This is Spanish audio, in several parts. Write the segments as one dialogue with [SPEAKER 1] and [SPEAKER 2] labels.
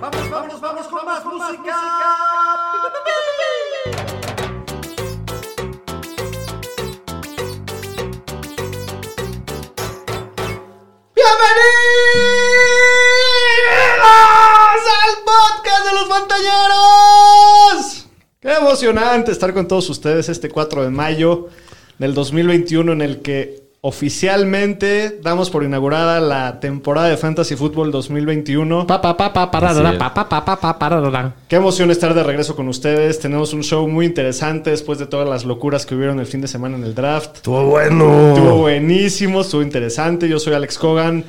[SPEAKER 1] Vamos, vamos, vamos con más música.
[SPEAKER 2] ¡Bienvenidos al podcast de los pantalleros! Qué emocionante estar con todos ustedes este 4 de mayo del 2021 en el que oficialmente damos por inaugurada la temporada de Fantasy Football 2021.
[SPEAKER 3] Pa, pa, pa, pa, pararara,
[SPEAKER 4] Así es.
[SPEAKER 3] pa, pa, pa, pa, pa, pararara.
[SPEAKER 2] Qué emoción estar de regreso con ustedes. Tenemos un show muy interesante después de todas las locuras que hubieron el fin de semana en el draft.
[SPEAKER 4] Estuvo bueno.
[SPEAKER 2] Estuvo buenísimo, estuvo interesante. Yo soy Alex Cogan.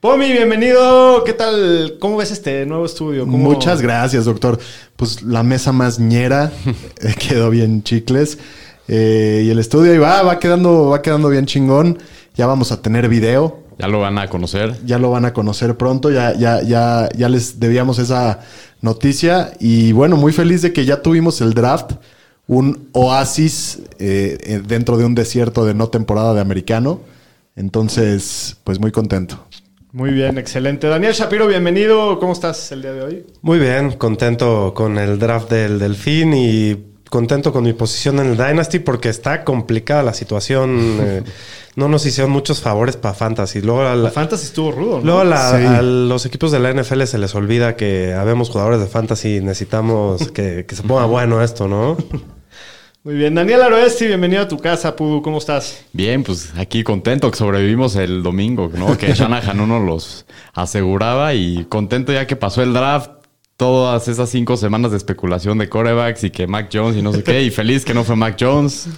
[SPEAKER 2] Pomi, bienvenido. ¿Qué tal? ¿Cómo ves este nuevo estudio? ¿Cómo-
[SPEAKER 4] Muchas gracias, doctor. Pues la mesa más ñera eh, quedó bien chicles. Eh, y el estudio ahí va, va quedando, va quedando bien chingón. Ya vamos a tener video.
[SPEAKER 3] Ya lo van a conocer.
[SPEAKER 4] Ya lo van a conocer pronto. Ya, ya, ya, ya les debíamos esa noticia. Y bueno, muy feliz de que ya tuvimos el draft. Un oasis eh, eh, dentro de un desierto de no temporada de americano. Entonces, pues muy contento.
[SPEAKER 2] Muy bien, excelente. Daniel Shapiro, bienvenido. ¿Cómo estás el día de hoy?
[SPEAKER 5] Muy bien, contento con el draft del Delfín y contento con mi posición en el Dynasty porque está complicada la situación. eh, no nos hicieron muchos favores para Fantasy. Luego, a la-
[SPEAKER 2] La Fantasy estuvo rudo, ¿no?
[SPEAKER 5] luego a la-
[SPEAKER 4] Sí.
[SPEAKER 5] a los equipos de la NFL se les olvida que habemos jugadores de Fantasy y necesitamos que, que se ponga bueno esto, ¿no?
[SPEAKER 2] Muy bien. Daniel Aroesti, bienvenido a tu casa, Pudu. ¿Cómo estás?
[SPEAKER 3] Bien, pues aquí contento que sobrevivimos el domingo, ¿no? Que Shanahan uno los aseguraba y contento ya que pasó el draft. Todas esas cinco semanas de especulación de corebacks y que Mac Jones y no sé qué. Y feliz que no fue Mac Jones.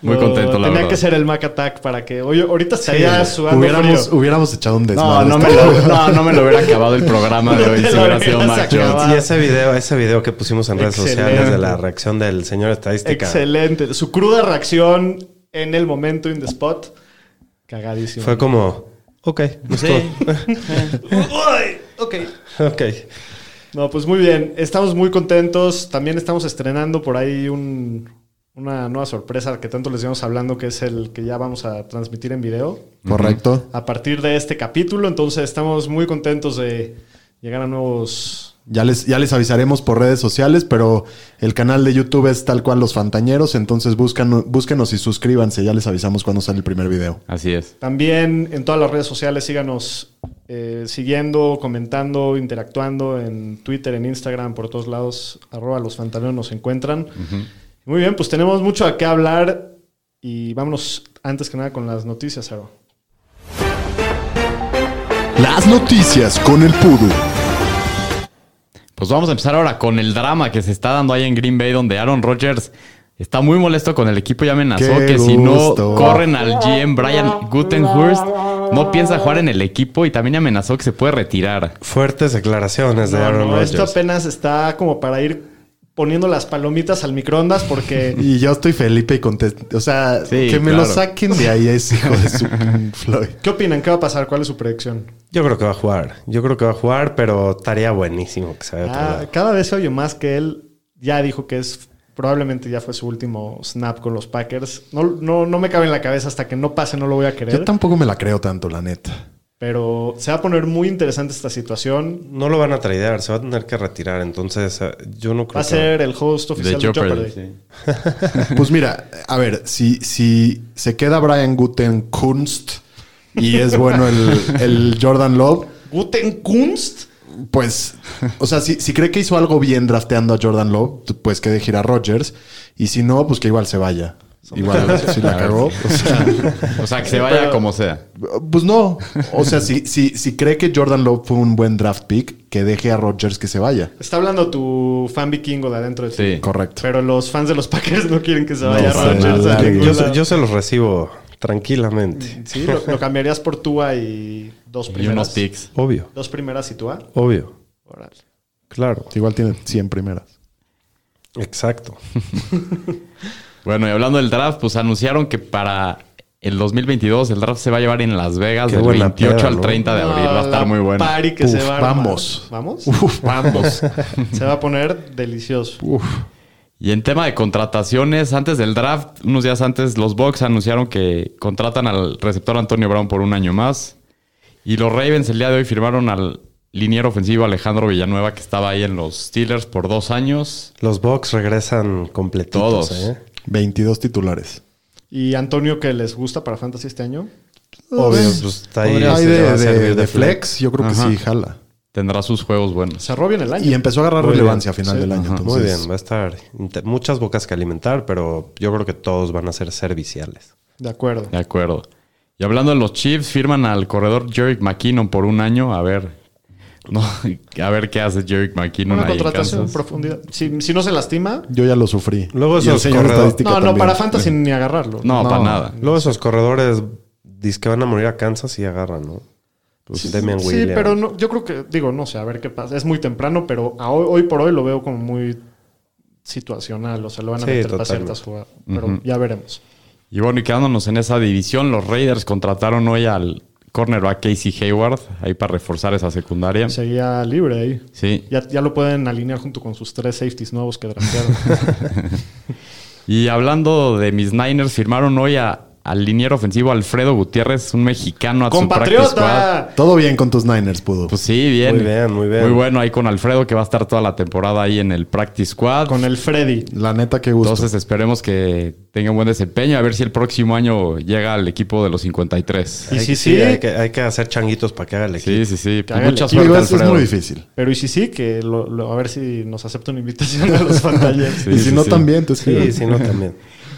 [SPEAKER 3] Muy
[SPEAKER 2] Lo-
[SPEAKER 3] contento, la
[SPEAKER 2] Tenía
[SPEAKER 3] verdad.
[SPEAKER 2] que ser el Mac Attack para que... Oye, ahorita estaría sudando
[SPEAKER 4] Hubiéramos,
[SPEAKER 2] frío.
[SPEAKER 4] hubiéramos echado un
[SPEAKER 3] No,
[SPEAKER 4] desmadre.
[SPEAKER 3] no me, lo, no, no me lo hubiera acabado el programa de
[SPEAKER 2] No
[SPEAKER 3] hoy
[SPEAKER 2] te
[SPEAKER 3] si
[SPEAKER 2] lo
[SPEAKER 3] hubiera sido
[SPEAKER 2] hubieras
[SPEAKER 3] Mac Jones.
[SPEAKER 2] acabado.
[SPEAKER 5] Y ese video, ese video que pusimos en redes sociales de la reacción del señor estadística.
[SPEAKER 2] Excelente. Su cruda reacción en el momento, in the spot. Cagadísimo.
[SPEAKER 5] Fue como, ok,
[SPEAKER 2] Uy, ok.
[SPEAKER 5] ok.
[SPEAKER 2] No, pues muy bien. Estamos muy contentos. También estamos estrenando por ahí un- una nueva sorpresa que tanto les íbamos hablando, que es el que ya vamos a transmitir en video
[SPEAKER 4] Correcto.
[SPEAKER 2] a partir de este capítulo. Entonces estamos muy contentos de llegar a nuevos...
[SPEAKER 4] Ya les, ya les avisaremos por redes sociales, pero el canal de YouTube es tal cual Los Fantañeros, entonces buscan, búsquenos y suscríbanse, ya les avisamos cuando sale el primer video.
[SPEAKER 3] Así es.
[SPEAKER 2] También en todas las redes sociales síganos eh, siguiendo, comentando, interactuando en Twitter, en Instagram, por todos lados, arroba los fantaneros nos encuentran. Muy bien, pues tenemos mucho a qué hablar y vámonos antes que nada con las noticias, Aro.
[SPEAKER 4] Las noticias con el Pudu.
[SPEAKER 3] Pues vamos a empezar ahora con el drama que se está dando ahí en Green Bay, donde Aaron Rodgers está muy molesto con el equipo y amenazó
[SPEAKER 4] Qué
[SPEAKER 3] que si no
[SPEAKER 4] gusto.
[SPEAKER 3] corren al GM Brian Gutenhurst, no piensa jugar en el equipo y también amenazó que se puede retirar.
[SPEAKER 5] Fuertes declaraciones de
[SPEAKER 2] No,
[SPEAKER 5] Aaron
[SPEAKER 2] no, esto
[SPEAKER 5] Rodgers.
[SPEAKER 2] apenas está como para ir poniendo las palomitas al microondas porque
[SPEAKER 4] Y yo estoy Felipe y contesto, o sea,
[SPEAKER 3] Sí,
[SPEAKER 4] que me
[SPEAKER 3] claro.
[SPEAKER 4] lo saquen de ahí es hijo de su Pink Floyd.
[SPEAKER 2] ¿Qué opinan? ¿Qué va a pasar? ¿Cuál es su predicción?
[SPEAKER 5] Yo creo que va a jugar. Yo creo que va a jugar, pero estaría buenísimo que se vaya a otro
[SPEAKER 2] Ah,
[SPEAKER 5] lado.
[SPEAKER 2] cada vez se oye más que él ya dijo que es probablemente ya fue su último snap con los Packers. No, no, no me cabe en la cabeza hasta que no pase, no lo voy a
[SPEAKER 4] Yo
[SPEAKER 2] querer.
[SPEAKER 4] tampoco me la creo tanto, la neta.
[SPEAKER 2] Pero se va a poner muy interesante esta situación.
[SPEAKER 5] No lo van a tradear, se va a tener que retirar. Entonces, eh, yo no creo
[SPEAKER 2] Va a
[SPEAKER 5] que-
[SPEAKER 2] ser el host
[SPEAKER 3] De
[SPEAKER 2] oficial de
[SPEAKER 3] Jeopardy.
[SPEAKER 2] Jeopardy.
[SPEAKER 4] Pues mira, a ver, si, si se queda Brian Gutenkunst y es bueno el, el Jordan Love,
[SPEAKER 2] Guten Kunst.
[SPEAKER 4] Pues, o sea, si, si cree que hizo algo bien drafteando a Jordan Love, t- pues que deje ir a Rodgers. Y si no, pues que igual se vaya. Igual, si la cagó. o sea,
[SPEAKER 3] O sea, que se vaya
[SPEAKER 2] Pero-
[SPEAKER 3] como sea.
[SPEAKER 4] pues no. O sea, si, si, si cree que Jordan Love fue un buen draft pick, que deje a Rodgers que se vaya.
[SPEAKER 2] Está hablando tu fan vikingo de adentro de ti.
[SPEAKER 3] Sí.
[SPEAKER 4] Correcto.
[SPEAKER 2] Pero los fans de los Packers no quieren que se vaya
[SPEAKER 4] se
[SPEAKER 2] Rodgers.
[SPEAKER 4] la
[SPEAKER 2] a ningún
[SPEAKER 5] Yo,
[SPEAKER 4] largue.
[SPEAKER 5] se-
[SPEAKER 2] lado.
[SPEAKER 5] yo se los recibo tranquilamente.
[SPEAKER 2] Sí, lo, lo cambiarías por Tua y dos
[SPEAKER 3] Y
[SPEAKER 2] primeras.
[SPEAKER 3] unos picks.
[SPEAKER 5] Obvio,
[SPEAKER 2] Dos primeras y Tua.
[SPEAKER 5] obvio.
[SPEAKER 2] Órale.
[SPEAKER 5] Claro.
[SPEAKER 4] Igual tiene 100 primeras.
[SPEAKER 5] Exacto.
[SPEAKER 3] Bueno, y hablando del draft, pues anunciaron que para el 2022 el draft se va a llevar en Las Vegas
[SPEAKER 5] Qué
[SPEAKER 3] del
[SPEAKER 5] buena
[SPEAKER 3] 28
[SPEAKER 5] peda,
[SPEAKER 3] al
[SPEAKER 5] ¿no?
[SPEAKER 3] 30 de abril. Va a estar
[SPEAKER 2] La
[SPEAKER 3] muy bueno.
[SPEAKER 2] party que
[SPEAKER 4] Uf,
[SPEAKER 2] se va a armar.
[SPEAKER 4] vamos.
[SPEAKER 2] ¿Vamos?
[SPEAKER 4] Uf, vamos.
[SPEAKER 2] Se va a poner delicioso.
[SPEAKER 4] Uf.
[SPEAKER 3] Y en tema de contrataciones, antes del draft, unos días antes, los Bucks anunciaron que contratan al receptor Antonio Brown por un año más. Y los Ravens el día de hoy firmaron al liniero ofensivo Alejandro Villanueva, que estaba ahí en los Steelers por dos años.
[SPEAKER 5] Los Bucks regresan completitos.
[SPEAKER 3] Todos.
[SPEAKER 5] ¿eh?
[SPEAKER 4] 22 titulares.
[SPEAKER 2] ¿Y Antonio que les gusta para Fantasy este año?
[SPEAKER 4] Obvio,
[SPEAKER 5] pues, está ahí,
[SPEAKER 4] Podría-
[SPEAKER 5] se
[SPEAKER 4] Hay
[SPEAKER 5] va a
[SPEAKER 4] de,
[SPEAKER 5] servir
[SPEAKER 4] de-
[SPEAKER 5] de
[SPEAKER 4] de
[SPEAKER 5] flex.
[SPEAKER 4] flex, yo creo
[SPEAKER 3] Ajá.
[SPEAKER 4] que sí, jala.
[SPEAKER 3] Tendrá sus juegos buenos.
[SPEAKER 2] Cerró bien el año.
[SPEAKER 4] Y empezó a agarrar
[SPEAKER 5] Muy
[SPEAKER 4] relevancia
[SPEAKER 5] bien.
[SPEAKER 4] a final
[SPEAKER 2] Sí.
[SPEAKER 4] del año.
[SPEAKER 3] Ajá.
[SPEAKER 4] entonces,
[SPEAKER 5] Muy bien, va a estar inte- muchas bocas que alimentar, pero yo creo que todos van a ser serviciales.
[SPEAKER 2] De acuerdo.
[SPEAKER 3] De acuerdo. Y hablando de los Chiefs, firman al corredor Jerick McKinnon por un año. A ver. No, a ver qué hace Jerick McKinnon
[SPEAKER 2] Una
[SPEAKER 3] ahí en
[SPEAKER 2] contratación en
[SPEAKER 3] Kansas.
[SPEAKER 2] profundidad. Si, si no se lastima.
[SPEAKER 4] Yo ya lo sufrí.
[SPEAKER 5] Luego
[SPEAKER 4] Y
[SPEAKER 5] esos
[SPEAKER 4] el señor
[SPEAKER 5] corredor-
[SPEAKER 4] estadística
[SPEAKER 2] No, no,
[SPEAKER 4] también.
[SPEAKER 2] para Fantasy ni agarrarlo.
[SPEAKER 3] No,
[SPEAKER 4] No.
[SPEAKER 3] para nada.
[SPEAKER 5] Luego esos corredores dice que van a morir a Kansas y agarran, ¿no? Pues Damian
[SPEAKER 2] Sí,
[SPEAKER 5] Williams.
[SPEAKER 2] pero no, yo creo que, digo, no sé, a ver qué pasa. Es muy temprano, pero a hoy, hoy por hoy lo veo como muy situacional. O sea, lo van a
[SPEAKER 5] Sí,
[SPEAKER 2] meter para
[SPEAKER 5] totalmente.
[SPEAKER 2] ciertas jugadas. Pero ya veremos.
[SPEAKER 3] Y bueno, y quedándonos en esa división, los Raiders contrataron hoy al cornerback Casey Hayward, ahí para reforzar esa secundaria. Sí.
[SPEAKER 2] Seguía libre ahí. Ya, ya lo pueden alinear junto con sus tres safeties nuevos que draftearon.
[SPEAKER 3] Y hablando de mis Niners, firmaron hoy a- al liniero ofensivo Alfredo Gutiérrez, un mexicano a su practice squad.
[SPEAKER 2] ¡Compatriota!
[SPEAKER 4] Todo bien con tus Niners, pudo.
[SPEAKER 3] Pues sí, bien.
[SPEAKER 5] Muy bien, muy bien.
[SPEAKER 3] Muy bueno ahí con Alfredo, que va a estar toda la temporada ahí en el practice squad.
[SPEAKER 2] Con el Freddy.
[SPEAKER 4] la neta, qué gusto.
[SPEAKER 3] Entonces esperemos que tenga un buen desempeño, a ver si el próximo año llega al equipo de los 53.
[SPEAKER 2] Y
[SPEAKER 5] Hay
[SPEAKER 2] si
[SPEAKER 5] que-
[SPEAKER 2] sí,
[SPEAKER 5] hay, que, hay que hacer changuitos para que haga el equipo.
[SPEAKER 3] Sí, sí, sí.
[SPEAKER 2] Que
[SPEAKER 3] Pues
[SPEAKER 2] haga el
[SPEAKER 3] mucha
[SPEAKER 2] equipo.
[SPEAKER 3] suerte,
[SPEAKER 4] Digo, es, es
[SPEAKER 3] Alfredo.
[SPEAKER 4] muy difícil.
[SPEAKER 2] pero y si sí, que lo- lo- a ver si nos acepta una invitación a los pantallas.
[SPEAKER 3] Sí,
[SPEAKER 4] y si
[SPEAKER 3] sí,
[SPEAKER 4] no,
[SPEAKER 3] sí.
[SPEAKER 4] también tú escribes.
[SPEAKER 5] Sí, sí, no, también.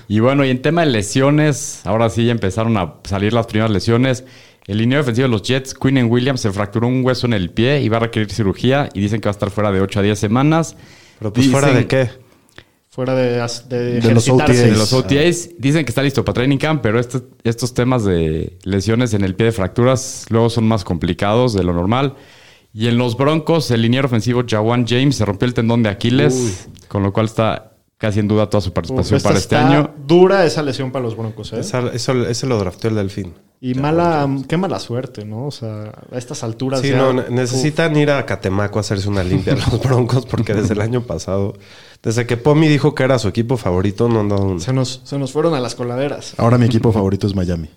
[SPEAKER 3] Y bueno, y en tema de lesiones, ahora sí ya empezaron a salir las primeras lesiones. El liniero defensivo de los Jets, Quinn Williams, se fracturó un hueso en el pie y va a requerir cirugía y dicen que va a estar fuera de 8 a 10 semanas.
[SPEAKER 5] Pero pues
[SPEAKER 3] Dicen-
[SPEAKER 5] fuera de qué.
[SPEAKER 2] Fuera de, as- de
[SPEAKER 4] De los
[SPEAKER 2] ejercitarse.
[SPEAKER 4] OTAs.
[SPEAKER 3] De los OTAs dicen que está listo para training camp, pero este- estos temas de lesiones en el pie de fracturas luego son más complicados de lo normal. Y en los Broncos, el liniero ofensivo Jawan James se rompió el tendón de Aquiles, con lo cual está casi en duda toda su
[SPEAKER 2] Uf,
[SPEAKER 3] participación
[SPEAKER 2] esta
[SPEAKER 3] para este
[SPEAKER 2] está
[SPEAKER 3] año.
[SPEAKER 2] Dura esa lesión para los Broncos, ¿eh?
[SPEAKER 5] Esa- eso, ese lo drafteó el Delfín.
[SPEAKER 2] Y mala, qué mala suerte, ¿no? O sea, a estas alturas.
[SPEAKER 5] Sí,
[SPEAKER 2] ya-
[SPEAKER 5] no, ne- necesitan ir a Catemaco a hacerse una limpia los Broncos porque desde el año pasado, desde que Pomi dijo que era su equipo favorito, no han dado un...
[SPEAKER 2] Uf, se, nos, se nos fueron a las coladeras.
[SPEAKER 4] Ahora mi equipo favorito es Miami.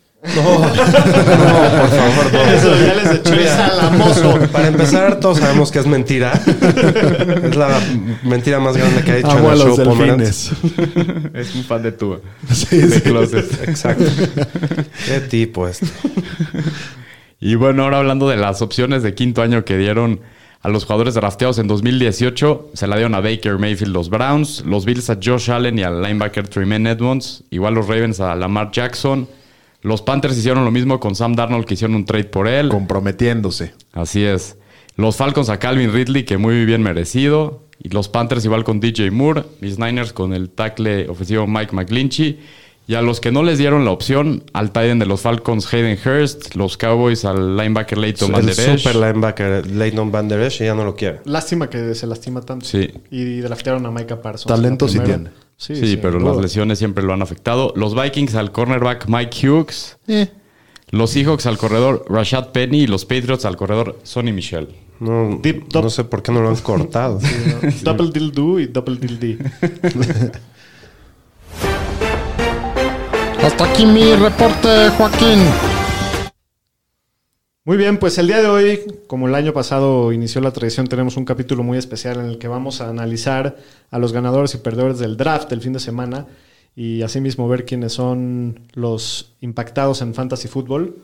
[SPEAKER 5] por favor, no.
[SPEAKER 2] Eso ya les echó el salamoso.
[SPEAKER 5] Para empezar, todos sabemos que es mentira. Es la mentira más grande que ha hecho
[SPEAKER 4] Amo a
[SPEAKER 5] en el
[SPEAKER 4] los
[SPEAKER 5] show Pomeranz.
[SPEAKER 4] delfines.
[SPEAKER 3] Es un fan de tuba.
[SPEAKER 4] Sí,
[SPEAKER 3] De
[SPEAKER 4] sí.
[SPEAKER 3] closet.
[SPEAKER 5] Exacto. Qué tipo este.
[SPEAKER 3] Y bueno, ahora hablando de las opciones de quinto año que dieron a los jugadores drafteados en 2018, se la dieron a Baker Mayfield los Browns, los Bills a Josh Allen y al linebacker Tremaine Edmonds, igual los Ravens a Lamar Jackson. Los Panthers hicieron lo mismo con Sam Darnold, que hicieron un trade por él.
[SPEAKER 4] Comprometiéndose.
[SPEAKER 3] Así es. Los Falcons a Calvin Ridley, que muy bien merecido. Y los Panthers igual con DJ Moore. Mis Niners con el tackle ofensivo Mike McGlinchey. Y a los que no les dieron la opción, al Titan de los Falcons Hayden Hurst, los Cowboys al linebacker Leighton Van
[SPEAKER 5] El
[SPEAKER 3] Der Esch.
[SPEAKER 5] super linebacker Leighton Van Der Esch ya no lo quiere.
[SPEAKER 2] Lástima que se lastima tanto.
[SPEAKER 3] Sí.
[SPEAKER 2] Y draftearon a Micah Parsons.
[SPEAKER 4] Talento
[SPEAKER 2] la
[SPEAKER 4] sí
[SPEAKER 2] primera.
[SPEAKER 4] tiene.
[SPEAKER 3] Sí, pero las lesiones siempre lo han afectado. Los Vikings al cornerback Mike Hughes. Los Seahawks al corredor Rashad Penny. Y los Patriots al corredor Sonny Michel.
[SPEAKER 5] No,
[SPEAKER 2] Deep top.
[SPEAKER 5] no sé por qué no lo han cortado.
[SPEAKER 2] Double Dill Do y Double Dill D.
[SPEAKER 4] Hasta aquí mi reporte, Joaquín.
[SPEAKER 2] Muy bien, pues el día de hoy, como el año pasado inició la tradición, tenemos un capítulo muy especial en el que vamos a analizar a los ganadores y perdedores del draft del fin de semana y asimismo ver quiénes son los impactados en fantasy fútbol.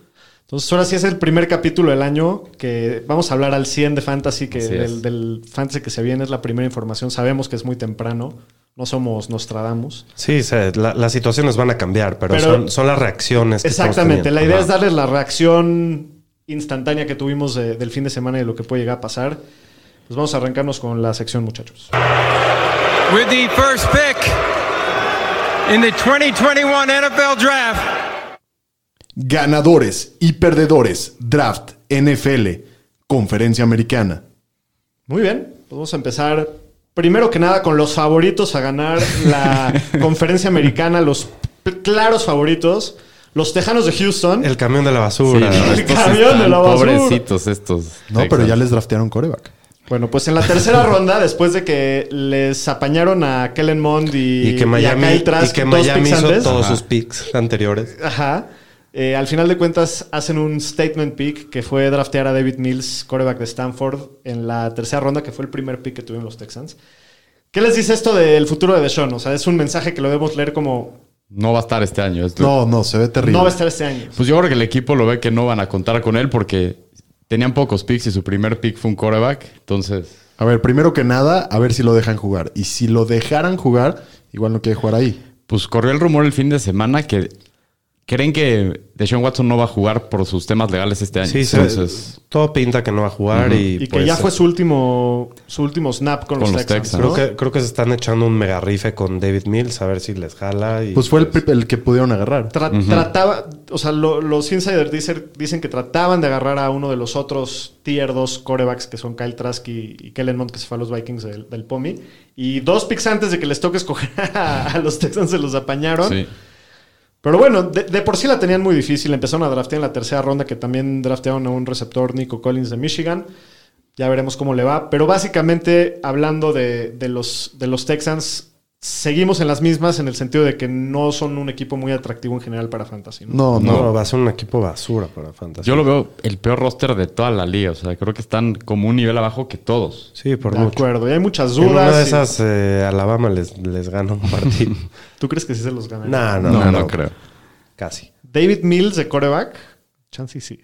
[SPEAKER 2] Entonces, ahora sí es el primer capítulo del año que vamos a hablar al 100 de fantasy, que
[SPEAKER 3] Así es.
[SPEAKER 2] del, del fantasy que se viene es la primera información. Sabemos que es muy temprano, no somos Nostradamus.
[SPEAKER 5] Sí, se- la- las situaciones van a cambiar, pero,
[SPEAKER 2] Pero-
[SPEAKER 5] son, son las reacciones. que estamos
[SPEAKER 2] Exactamente,
[SPEAKER 5] teniendo.
[SPEAKER 2] la idea
[SPEAKER 5] Ajá.
[SPEAKER 2] es darles la reacción instantánea que tuvimos de- del fin de semana y de lo que puede llegar a pasar. Pues vamos a arrancarnos con la sección, muchachos.
[SPEAKER 6] with the first pick in the 2021 NFL Draft.
[SPEAKER 4] Ganadores y perdedores. Draft, NFL, Conferencia Americana.
[SPEAKER 2] Muy bien, pues vamos a empezar primero que nada con los favoritos a ganar la conferencia americana, los p- claros favoritos. Los Tejanos de Houston.
[SPEAKER 5] El camión de la basura.
[SPEAKER 3] Sí, no,
[SPEAKER 2] El
[SPEAKER 3] estos
[SPEAKER 2] camión
[SPEAKER 3] están
[SPEAKER 2] de la basura.
[SPEAKER 3] Pobrecitos estos.
[SPEAKER 4] No, pero ya les draftearon coreback.
[SPEAKER 2] Bueno, pues en la tercera ronda, después de que les apañaron a Kellen Mond y,
[SPEAKER 5] y que
[SPEAKER 2] y a
[SPEAKER 5] Miami,
[SPEAKER 2] Kyle Trask
[SPEAKER 5] y que
[SPEAKER 2] dos
[SPEAKER 5] Miami
[SPEAKER 2] picks
[SPEAKER 5] hizo
[SPEAKER 2] antes.
[SPEAKER 5] todos
[SPEAKER 3] Ajá.
[SPEAKER 5] sus picks anteriores.
[SPEAKER 2] Ajá. Eh, al final de cuentas, hacen un statement pick que fue draftear a David Mills, coreback de Stanford, en la tercera ronda, que fue el primer pick que tuvieron los Texans. ¿Qué les dice esto del futuro de Deshaun? O sea, es un mensaje que lo debemos leer como
[SPEAKER 3] No va a estar este año. esto-
[SPEAKER 4] No, no, se ve terrible.
[SPEAKER 2] no va a estar este año.
[SPEAKER 3] Pues yo creo que el equipo lo ve que no van a contar con él porque tenían pocos picks y su primer pick fue un coreback. Entonces,
[SPEAKER 4] A ver, primero que nada, a ver si lo dejan jugar. Y si lo dejaran jugar, igual no quiere jugar ahí.
[SPEAKER 3] pues corrió el rumor el fin de semana que creen que Deshaun Watson no va a jugar por sus temas legales este año.
[SPEAKER 5] Sí, se-
[SPEAKER 3] Entonces,
[SPEAKER 5] todo pinta que no va a jugar y,
[SPEAKER 2] Y que
[SPEAKER 5] pues,
[SPEAKER 2] ya fue su último, su último snap con, los, Texans.
[SPEAKER 3] ¿no?
[SPEAKER 5] Creo, que, creo que se están echando un mega rife con David Mills a ver si les jala. Y,
[SPEAKER 4] Pues fue el, pri- el que pudieron agarrar.
[SPEAKER 2] Tra- Trataba, o sea, lo- los insiders dicen, dicen que trataban de agarrar a uno de los otros tier 2 corebacks que son Kyle Trask y, y Kellen Mond, que se fue a los Vikings del, del Pomi. Y dos picks antes de que les toque escoger a, a los Texans se los apañaron.
[SPEAKER 3] sí.
[SPEAKER 2] Pero bueno, de, de por sí la tenían muy difícil. Empezaron a draftear en la tercera ronda, que también draftearon a un receptor, Nico Collins de Michigan. Ya veremos cómo le va. Pero básicamente, hablando de, de los, de los Texans, seguimos en las mismas en el sentido de que no son un equipo muy atractivo en general para Fantasy. ¿no?
[SPEAKER 4] No,
[SPEAKER 5] no,
[SPEAKER 4] no.
[SPEAKER 5] va a ser un equipo basura para Fantasy.
[SPEAKER 3] Yo lo veo el peor roster de toda la liga. O sea, creo que están como un nivel abajo que todos.
[SPEAKER 5] sí, por
[SPEAKER 2] de
[SPEAKER 5] mucho.
[SPEAKER 2] acuerdo. ah, Y hay muchas
[SPEAKER 5] En
[SPEAKER 2] dudas.
[SPEAKER 5] una de
[SPEAKER 2] y-
[SPEAKER 5] esas, eh, Alabama les, les gana un partido.
[SPEAKER 2] ¿Tú crees que sí se los ganan?
[SPEAKER 5] Nah, no,
[SPEAKER 3] No,
[SPEAKER 5] no,
[SPEAKER 3] no
[SPEAKER 5] no.
[SPEAKER 3] creo.
[SPEAKER 5] Casi.
[SPEAKER 2] David Mills de coreback. Chance y sí.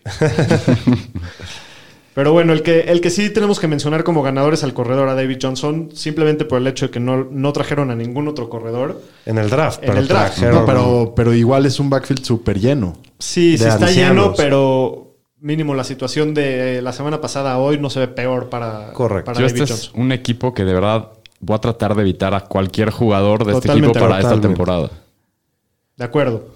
[SPEAKER 2] Pero bueno, el que, el que sí tenemos que mencionar como ganadores al corredor a David Johnson, simplemente por el hecho de que no, no trajeron a ningún otro corredor.
[SPEAKER 5] En el draft.
[SPEAKER 2] En el draft.
[SPEAKER 5] trajeron-
[SPEAKER 4] No, pero, pero igual es un backfield súper lleno.
[SPEAKER 2] Sí, sí
[SPEAKER 5] De
[SPEAKER 2] está
[SPEAKER 5] ancianos.
[SPEAKER 2] lleno, pero mínimo la situación de la semana pasada a hoy no se ve peor para,
[SPEAKER 5] Correcto.
[SPEAKER 2] para
[SPEAKER 3] Yo
[SPEAKER 2] David
[SPEAKER 3] este es
[SPEAKER 2] Johnson.
[SPEAKER 3] un equipo que de verdad voy a tratar de evitar a cualquier jugador de
[SPEAKER 2] Totalmente,
[SPEAKER 3] este equipo para esta
[SPEAKER 5] totalmente.
[SPEAKER 3] temporada.
[SPEAKER 2] De acuerdo.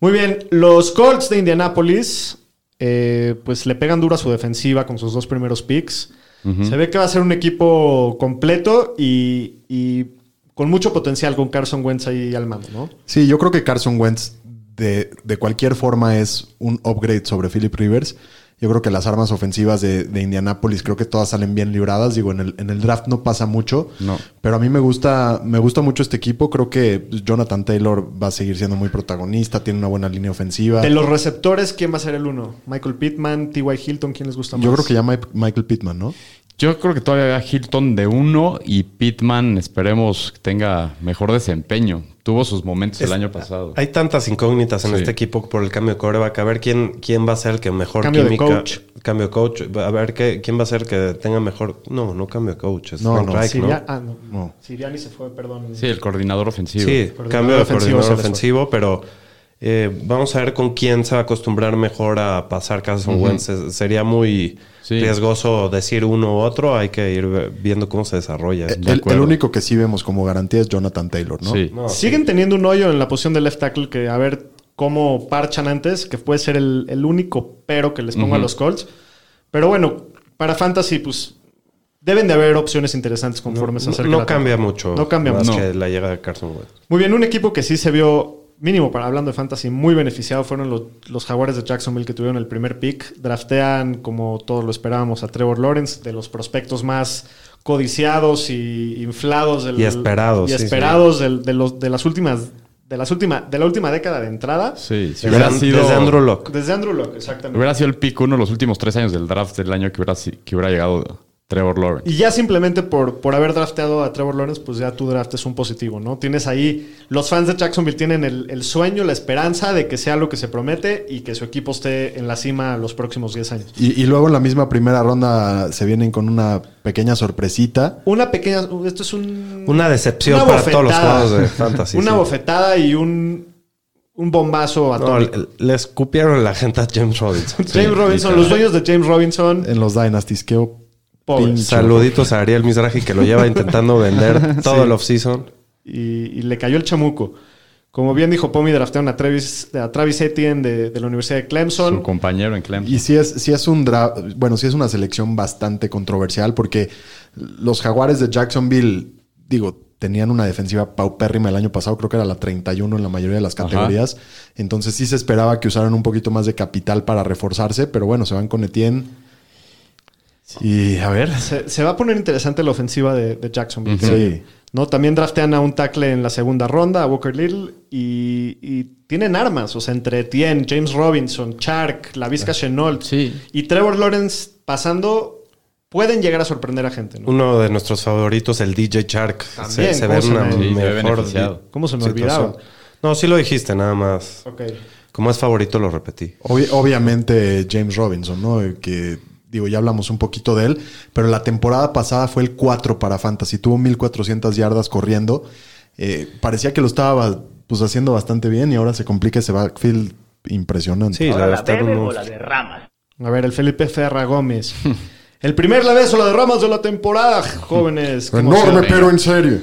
[SPEAKER 2] Muy bien, los Colts de Indianapolis, eh, pues le pegan duro a su defensiva con sus dos primeros picks. Se ve que va a ser un equipo completo y, y con mucho potencial con Carson Wentz ahí al mando, ¿no?
[SPEAKER 4] Sí, yo creo que Carson Wentz de, de cualquier forma es un upgrade sobre Philip Rivers. Yo creo que las armas ofensivas de, de Indianapolis creo que todas salen bien libradas. Digo, en el, en el draft no pasa mucho.
[SPEAKER 3] No.
[SPEAKER 4] Pero a mí me gusta, me gusta mucho este equipo. Creo que Jonathan Taylor va a seguir siendo muy protagonista. Tiene una buena línea ofensiva.
[SPEAKER 2] De los receptores, ¿quién va a ser el uno? Michael Pittman, T.Y. Hilton, ¿quién les gusta más?
[SPEAKER 4] Yo creo que ya Mi- Michael Pittman, ¿no?
[SPEAKER 3] Yo creo que todavía a Hilton de uno y Pittman esperemos que tenga mejor desempeño. Tuvo sus momentos el
[SPEAKER 5] Es-
[SPEAKER 3] año pasado.
[SPEAKER 5] Hay tantas incógnitas en
[SPEAKER 3] Sí.
[SPEAKER 5] este equipo por el cambio de coreback. A ver quién, quién va a ser el que mejor
[SPEAKER 2] Cambio de
[SPEAKER 5] química-
[SPEAKER 2] coach.
[SPEAKER 5] Cambio de coach. A ver qué, quién va a ser el que tenga mejor. No, no cambio de coach. Es
[SPEAKER 4] No,
[SPEAKER 5] Frank
[SPEAKER 4] no.
[SPEAKER 5] Reich,
[SPEAKER 2] Sirian-
[SPEAKER 5] ¿no?
[SPEAKER 2] ah, no.
[SPEAKER 4] No.
[SPEAKER 2] Siriani se fue, perdón.
[SPEAKER 3] Sí, el coordinador ofensivo.
[SPEAKER 5] Sí,
[SPEAKER 2] Coordinador
[SPEAKER 5] cambio de
[SPEAKER 2] ofensivo
[SPEAKER 5] coordinador
[SPEAKER 2] se les fue.
[SPEAKER 5] ofensivo, pero eh, vamos a ver con quién se va a acostumbrar mejor a pasar Carson Wentz. Es- Sería muy
[SPEAKER 3] Sí.
[SPEAKER 5] riesgoso decir uno u otro. Hay que ir ve- viendo cómo se desarrolla.
[SPEAKER 2] Eh,
[SPEAKER 4] El- El,
[SPEAKER 3] acuerdo.
[SPEAKER 4] único que sí vemos como garantía es Jonathan Taylor, ¿no?
[SPEAKER 3] Sí.
[SPEAKER 2] Siguen teniendo un hoyo en la posición de left tackle que a ver cómo parchan antes, que puede ser el, el único pero que les pongo a los Colts. Pero bueno, para Fantasy, pues deben de haber opciones interesantes conforme se
[SPEAKER 5] No-
[SPEAKER 2] acerca
[SPEAKER 5] No,
[SPEAKER 2] la
[SPEAKER 5] cambia mucho.
[SPEAKER 2] No cambia
[SPEAKER 5] más
[SPEAKER 2] mucho.
[SPEAKER 5] que la llegada de Carson Wentz.
[SPEAKER 2] Muy bien, un equipo que sí se vio, mínimo para hablando de fantasy, muy beneficiado fueron los, los jaguares de Jacksonville que tuvieron el primer pick. Draftean, como todos lo esperábamos, a Trevor Lawrence, de los prospectos más codiciados y inflados del-
[SPEAKER 5] Y esperados,
[SPEAKER 2] y
[SPEAKER 5] sí,
[SPEAKER 2] esperados del- de, los, de las últimas de las última, de la última década de entrada.
[SPEAKER 3] Sí, si
[SPEAKER 5] Desde
[SPEAKER 3] hubiera
[SPEAKER 5] An-
[SPEAKER 3] sido,
[SPEAKER 5] desde Andrew Locke.
[SPEAKER 2] Desde Andrew Locke, exactamente.
[SPEAKER 3] hubiera sido el pick uno de los últimos tres años del draft del año que hubiera, si- que hubiera llegado Trevor Lawrence.
[SPEAKER 2] Y ya simplemente por, por haber drafteado a Trevor Lawrence, pues ya tu draft es un positivo, ¿no? Tienes ahí, los fans de Jacksonville tienen el, el sueño, la esperanza de que sea lo que se promete y que su equipo esté en la cima los próximos 10 años.
[SPEAKER 4] Y, y luego en la misma primera ronda se vienen con una pequeña sorpresita.
[SPEAKER 2] Una pequeña, esto es un...
[SPEAKER 5] Una decepción
[SPEAKER 2] una
[SPEAKER 5] para todos los
[SPEAKER 2] bofetada.
[SPEAKER 5] jugadores de fantasy.
[SPEAKER 2] una
[SPEAKER 5] sí.
[SPEAKER 2] bofetada y un, un bombazo a
[SPEAKER 5] No, le, le escupieron la gente a James Robinson.
[SPEAKER 2] James Robinson, los dueños de James Robinson,
[SPEAKER 4] En los Dynasties, qué op-
[SPEAKER 2] pobres.
[SPEAKER 5] Saluditos a Ariel Mizrahi que lo lleva intentando vender todo el offseason.
[SPEAKER 2] y, y le cayó el chamuco. Como bien dijo Pomi, draftearon a Travis, a Travis Etienne de, de la Universidad de Clemson.
[SPEAKER 3] Su compañero en Clemson.
[SPEAKER 4] Y sí es, sí es un dra- bueno, sí es una selección bastante controversial porque los jaguares de Jacksonville, digo, tenían una defensiva paupérrima el año pasado, creo que era la 31 en la mayoría de las categorías. Entonces sí se esperaba que usaran un poquito más de capital para reforzarse, pero bueno, se van con Etienne. Y a ver.
[SPEAKER 2] Se, se va a poner interesante la ofensiva de, de Jacksonville.
[SPEAKER 4] Ujú.
[SPEAKER 2] creo
[SPEAKER 4] Sí.
[SPEAKER 2] yo. ¿No? También draftean a un tackle en la segunda ronda, a Walker Little, y, y tienen armas. O sea, entre Tien, James Robinson, Chark, la Vizca Chenault
[SPEAKER 3] Sí.
[SPEAKER 2] y Trevor Lawrence pasando, pueden llegar a sorprender a gente. ¿no?
[SPEAKER 5] Uno de nuestros favoritos, el DJ Shark.
[SPEAKER 2] También,
[SPEAKER 5] se,
[SPEAKER 2] ¿cómo
[SPEAKER 5] ve
[SPEAKER 2] se
[SPEAKER 5] una
[SPEAKER 2] me-
[SPEAKER 3] Sí, se ve
[SPEAKER 5] mejor
[SPEAKER 3] beneficiado.
[SPEAKER 5] di-
[SPEAKER 2] ¿Cómo se me
[SPEAKER 5] situación.
[SPEAKER 2] olvidaba?
[SPEAKER 5] No, sí lo dijiste, nada más.
[SPEAKER 2] Ok.
[SPEAKER 5] Como es favorito, lo repetí.
[SPEAKER 4] Obvi- obviamente James Robinson, ¿no? Eh, Que digo, ya hablamos un poquito de él, pero la temporada pasada fue el 4 para Fantasy, tuvo 1400 yardas corriendo. Eh, parecía que lo estaba pues haciendo bastante bien y ahora se complica ese backfield impresionante.
[SPEAKER 5] Sí, la
[SPEAKER 7] Ahora la
[SPEAKER 5] verdad.
[SPEAKER 7] bebes
[SPEAKER 5] no-
[SPEAKER 7] o la derramas.
[SPEAKER 2] A ver, el Felipe Ferra Gómez. El primer la vez o la derramas de la temporada, jóvenes. Qué emoción.
[SPEAKER 4] Enorme, pero en serio.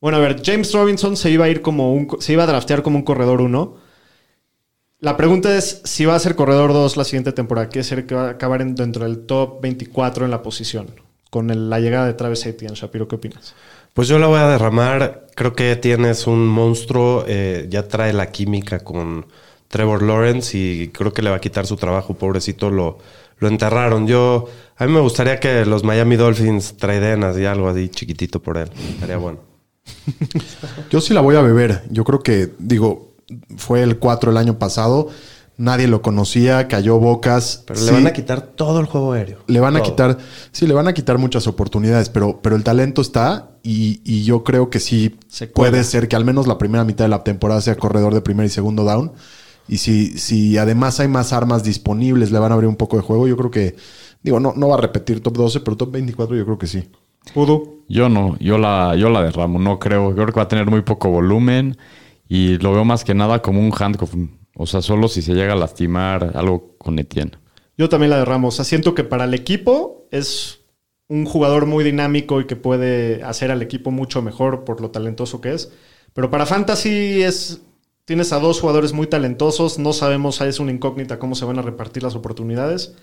[SPEAKER 2] Bueno, a ver, James Robinson se iba a ir como un, se iba a draftear como un corredor 1. La pregunta es si va a ser corredor 2 la siguiente temporada. Quiere ser que va a acabar en- dentro del top 24 en la posición. Con el- la llegada de Travis Etienne. Shapiro, ¿qué opinas?
[SPEAKER 5] Pues yo la voy a derramar. Creo que tienes un monstruo. eh, ya trae la química con Trevor Lawrence y creo que le va a quitar su trabajo. Pobrecito, lo, lo enterraron. Yo, a mí me gustaría que los Miami Dolphins traiden así algo así chiquitito por él. Estaría bueno.
[SPEAKER 4] Yo sí la voy a beber. Yo creo que, digo, fue el 4 el año pasado. Nadie lo conocía, cayó bocas.
[SPEAKER 5] Pero
[SPEAKER 4] Sí,
[SPEAKER 5] le van a quitar todo el juego aéreo.
[SPEAKER 4] Le van a
[SPEAKER 5] Todo.
[SPEAKER 4] quitar, sí, le van a quitar muchas oportunidades, pero, pero el talento está y, y yo creo que sí
[SPEAKER 2] Se cuela.
[SPEAKER 4] puede ser que al menos la primera mitad de la temporada sea corredor de primer y segundo down. Y si, si además hay más armas disponibles, le van a abrir un poco de juego. Yo creo que, digo, no, no va a repetir top 12, pero top 24 yo creo que sí.
[SPEAKER 2] Pudu.
[SPEAKER 3] Yo no, yo la, yo la derramo, no creo. Yo creo que va a tener muy poco volumen y lo veo más que nada como un handcuff. O sea, solo si se llega a lastimar algo con Etienne.
[SPEAKER 2] Yo también la derramo. O sea, siento que para el equipo es un jugador muy dinámico y que puede hacer al equipo mucho mejor por lo talentoso que es. Pero para Fantasy es. Tienes a dos jugadores muy talentosos. No sabemos, es una incógnita cómo se van a repartir las oportunidades.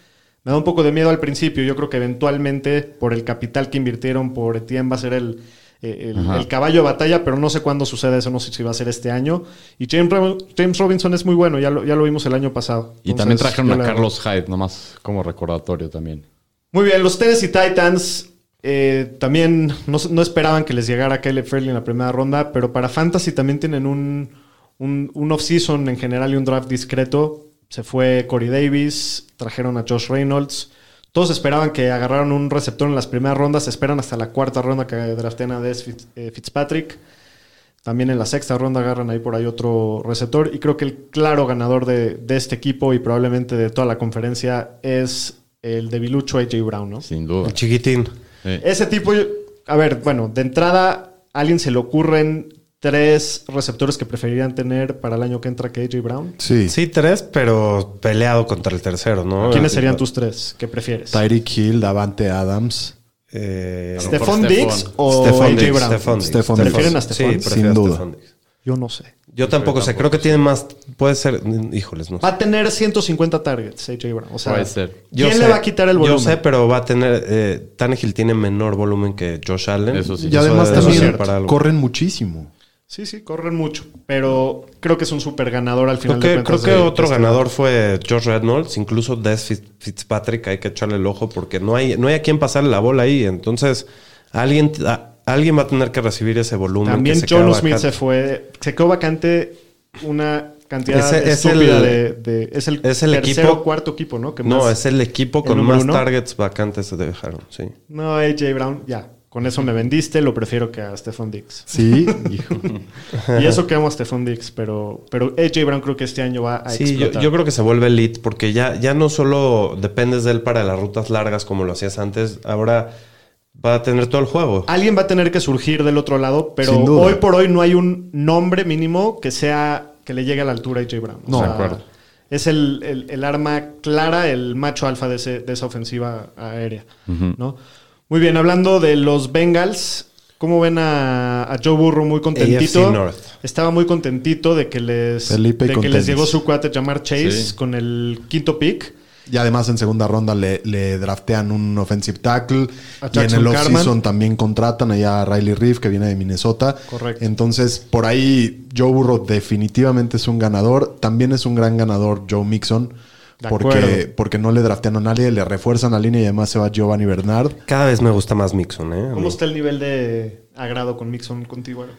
[SPEAKER 2] Me da un poco de miedo al principio. Yo creo que eventualmente, por el capital que invirtieron por Etienne, va a ser el, eh, el-
[SPEAKER 3] Ajá.
[SPEAKER 2] el caballo de batalla, pero no sé cuándo sucede eso. No sé si va a ser este año. Y James, Ro- James Robinson es muy bueno. Ya lo, ya lo vimos el año pasado.
[SPEAKER 3] Y también
[SPEAKER 2] Entonces,
[SPEAKER 3] trajeron
[SPEAKER 2] yo
[SPEAKER 3] a
[SPEAKER 2] la-
[SPEAKER 3] Carlos Hyde, nomás como recordatorio también.
[SPEAKER 2] muy bien, los Tennessee Titans eh, también no, no esperaban que les llegara Caleb Fairley en la primera ronda, pero para Fantasy también tienen un, un, un off-season en general y un draft discreto. Se fue Corey Davis, trajeron a Josh Reynolds. Todos esperaban que agarraran un receptor en las primeras rondas, esperan hasta la cuarta ronda que draften a Des Fitz- eh, Fitzpatrick. También en la sexta ronda agarran ahí por ahí otro receptor. Y creo que el claro ganador de, de este equipo y probablemente de toda la conferencia es el debilucho AJ Brown, ¿no?
[SPEAKER 3] Sin duda.
[SPEAKER 5] El chiquitín.
[SPEAKER 3] Sí.
[SPEAKER 2] Ese tipo, yo- a ver, bueno, de entrada, ¿a alguien se le ocurren tres receptores que preferirían tener para el año que entra que AJ Brown?
[SPEAKER 4] Sí.
[SPEAKER 5] Sí, tres, pero peleado contra el tercero, ¿no?
[SPEAKER 2] ¿Quiénes serían tus tres que prefieres?
[SPEAKER 4] Tyreek Hill, Davante Adams.
[SPEAKER 5] Eh,
[SPEAKER 2] ¿Stefan
[SPEAKER 3] Por
[SPEAKER 2] Diggs
[SPEAKER 3] Stephon.
[SPEAKER 2] o
[SPEAKER 5] Stephon
[SPEAKER 2] AJ
[SPEAKER 5] Diggs,
[SPEAKER 2] Brown?
[SPEAKER 5] Stephon Diggs.
[SPEAKER 4] Stephon
[SPEAKER 2] ¿Prefieren a
[SPEAKER 4] Diggs.
[SPEAKER 5] Sí,
[SPEAKER 2] Stephon?
[SPEAKER 5] prefiero
[SPEAKER 4] Sin
[SPEAKER 5] a
[SPEAKER 4] duda.
[SPEAKER 5] Stephon Diggs.
[SPEAKER 2] Yo no sé.
[SPEAKER 5] Yo tampoco sé, creo que tiene más. Puede ser. Híjoles, no sé.
[SPEAKER 2] Va a tener 150 targets AJ Brown. O sea,
[SPEAKER 3] Puede ser.
[SPEAKER 5] Yo
[SPEAKER 2] ¿quién le
[SPEAKER 5] sé-
[SPEAKER 2] va a quitar el volumen?
[SPEAKER 5] Yo sé, pero va a tener. Eh, Tannehill tiene menor volumen que Josh Allen.
[SPEAKER 3] Eso sí.
[SPEAKER 4] Y además
[SPEAKER 5] eso
[SPEAKER 2] es
[SPEAKER 4] también
[SPEAKER 5] cierto. Para algo.
[SPEAKER 4] corren muchísimo.
[SPEAKER 2] Sí, sí, corren mucho, pero creo que es un súper ganador al final.
[SPEAKER 5] Creo que,
[SPEAKER 2] de cuentas
[SPEAKER 5] creo que
[SPEAKER 2] de-
[SPEAKER 5] otro
[SPEAKER 2] de este-
[SPEAKER 5] ganador fue Josh Reynolds, incluso Des Fitz- Fitzpatrick, hay que echarle el ojo porque no hay, no hay a quien pasarle la bola ahí. Entonces, alguien, a- alguien va a tener que recibir ese volumen.
[SPEAKER 2] También
[SPEAKER 5] que se
[SPEAKER 2] John
[SPEAKER 5] queda
[SPEAKER 2] Smith
[SPEAKER 5] vacante.
[SPEAKER 2] se fue, se quedó vacante una cantidad
[SPEAKER 5] Ese es
[SPEAKER 2] estúpida
[SPEAKER 5] el-
[SPEAKER 2] de, de- Es el,
[SPEAKER 5] es el
[SPEAKER 2] tercero
[SPEAKER 5] equipo-
[SPEAKER 2] cuarto equipo, ¿no? Que
[SPEAKER 5] No,
[SPEAKER 2] más-
[SPEAKER 5] es el equipo
[SPEAKER 2] el
[SPEAKER 5] con
[SPEAKER 2] número
[SPEAKER 5] más
[SPEAKER 2] uno.
[SPEAKER 5] targets vacantes se dejaron, sí.
[SPEAKER 2] No, AJ Brown, ya. Con eso me vendiste, lo prefiero que a Stephon Diggs.
[SPEAKER 4] Sí, hijo.
[SPEAKER 2] Y eso que amo a Stephon Diggs, pero, pero AJ Brown creo que este año va a
[SPEAKER 5] Sí, yo,
[SPEAKER 2] explotar.
[SPEAKER 5] yo creo que se vuelve elite porque ya, ya no solo dependes de él para las rutas largas como lo hacías antes, ahora va a tener todo el juego.
[SPEAKER 2] Alguien va a tener que surgir del otro lado, pero
[SPEAKER 4] Sin duda.
[SPEAKER 2] hoy por hoy no hay un nombre mínimo que sea que le llegue a la altura a AJ Brown. O
[SPEAKER 4] No,
[SPEAKER 2] sea,
[SPEAKER 4] de acuerdo.
[SPEAKER 2] Es el, el- el arma clara, el macho alfa de, ese- de esa ofensiva aérea. ¿no? Muy bien, hablando de los Bengals, ¿cómo ven a, a Joe Burrow muy contentito?
[SPEAKER 5] AFC North.
[SPEAKER 2] Estaba muy contentito de que les,
[SPEAKER 4] Felipe
[SPEAKER 2] de que les
[SPEAKER 4] Contentes.
[SPEAKER 2] llegó su cuate llamar Chase
[SPEAKER 3] Sí.
[SPEAKER 2] con el quinto pick.
[SPEAKER 4] Y además en segunda ronda le, le draftean un offensive tackle.
[SPEAKER 2] A
[SPEAKER 4] y en
[SPEAKER 2] Jackson
[SPEAKER 4] el
[SPEAKER 2] Carman.
[SPEAKER 4] offseason también contratan allá a Riley Reef, que viene de Minnesota.
[SPEAKER 2] Correcto.
[SPEAKER 4] Entonces, por ahí Joe Burrow definitivamente es un ganador. También es un gran ganador Joe Mixon.
[SPEAKER 2] De
[SPEAKER 4] Porque,
[SPEAKER 2] acuerdo.
[SPEAKER 4] porque no le draftean a nadie, le refuerzan la línea y además se va Giovanni Bernard.
[SPEAKER 5] Cada vez me gusta más Mixon, ¿eh? A
[SPEAKER 2] ¿Cómo
[SPEAKER 5] mí.
[SPEAKER 2] está el nivel de agrado con Mixon contigo? Aaron?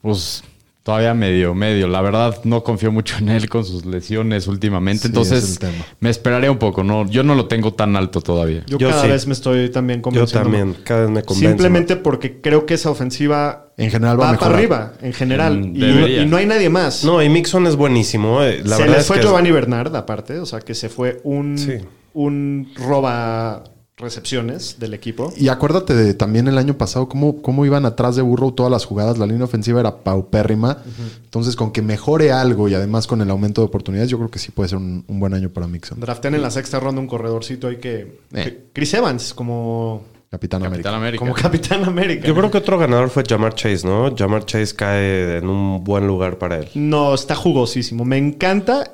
[SPEAKER 3] Pues todavía medio, medio. La verdad, no confío mucho en él con sus lesiones últimamente.
[SPEAKER 4] Sí,
[SPEAKER 3] Entonces,
[SPEAKER 4] es el tema.
[SPEAKER 3] me esperaré un poco. No, yo no lo tengo tan alto todavía.
[SPEAKER 2] Yo,
[SPEAKER 5] Yo
[SPEAKER 2] cada
[SPEAKER 5] sí.
[SPEAKER 2] vez me estoy también
[SPEAKER 5] Yo
[SPEAKER 2] convenciendo.
[SPEAKER 5] también, cada vez me convence.
[SPEAKER 2] Simplemente porque creo que esa ofensiva
[SPEAKER 4] En general va a
[SPEAKER 2] va para
[SPEAKER 4] mejorar.
[SPEAKER 2] arriba, en general.
[SPEAKER 3] Mm,
[SPEAKER 2] Y- y,
[SPEAKER 3] debería.
[SPEAKER 2] no hay nadie más.
[SPEAKER 5] más. No, y Mixon es buenísimo. eh. La
[SPEAKER 2] se
[SPEAKER 5] verdad
[SPEAKER 2] les
[SPEAKER 5] es
[SPEAKER 2] fue
[SPEAKER 5] que
[SPEAKER 2] Giovanni Bernard, aparte, o sea que se fue un,
[SPEAKER 5] Sí.
[SPEAKER 2] un roba recepciones del equipo.
[SPEAKER 4] Y acuérdate de también el año pasado cómo, cómo iban atrás de Burrow todas las jugadas. La línea ofensiva era paupérrima. Entonces, con que mejore algo y además con el aumento de oportunidades, yo creo que sí puede ser un, un buen año para Mixon.
[SPEAKER 2] Draftean en la sexta ronda un corredorcito ahí que. que- Chris Evans, como,
[SPEAKER 4] Capitán,
[SPEAKER 3] Capitán
[SPEAKER 4] América.
[SPEAKER 3] América.
[SPEAKER 2] como Capitán América.
[SPEAKER 5] Yo creo que otro ganador fue Jamar Chase, ¿no? Jamar Chase cae en un buen lugar para él.
[SPEAKER 2] No, está jugosísimo. Me encanta.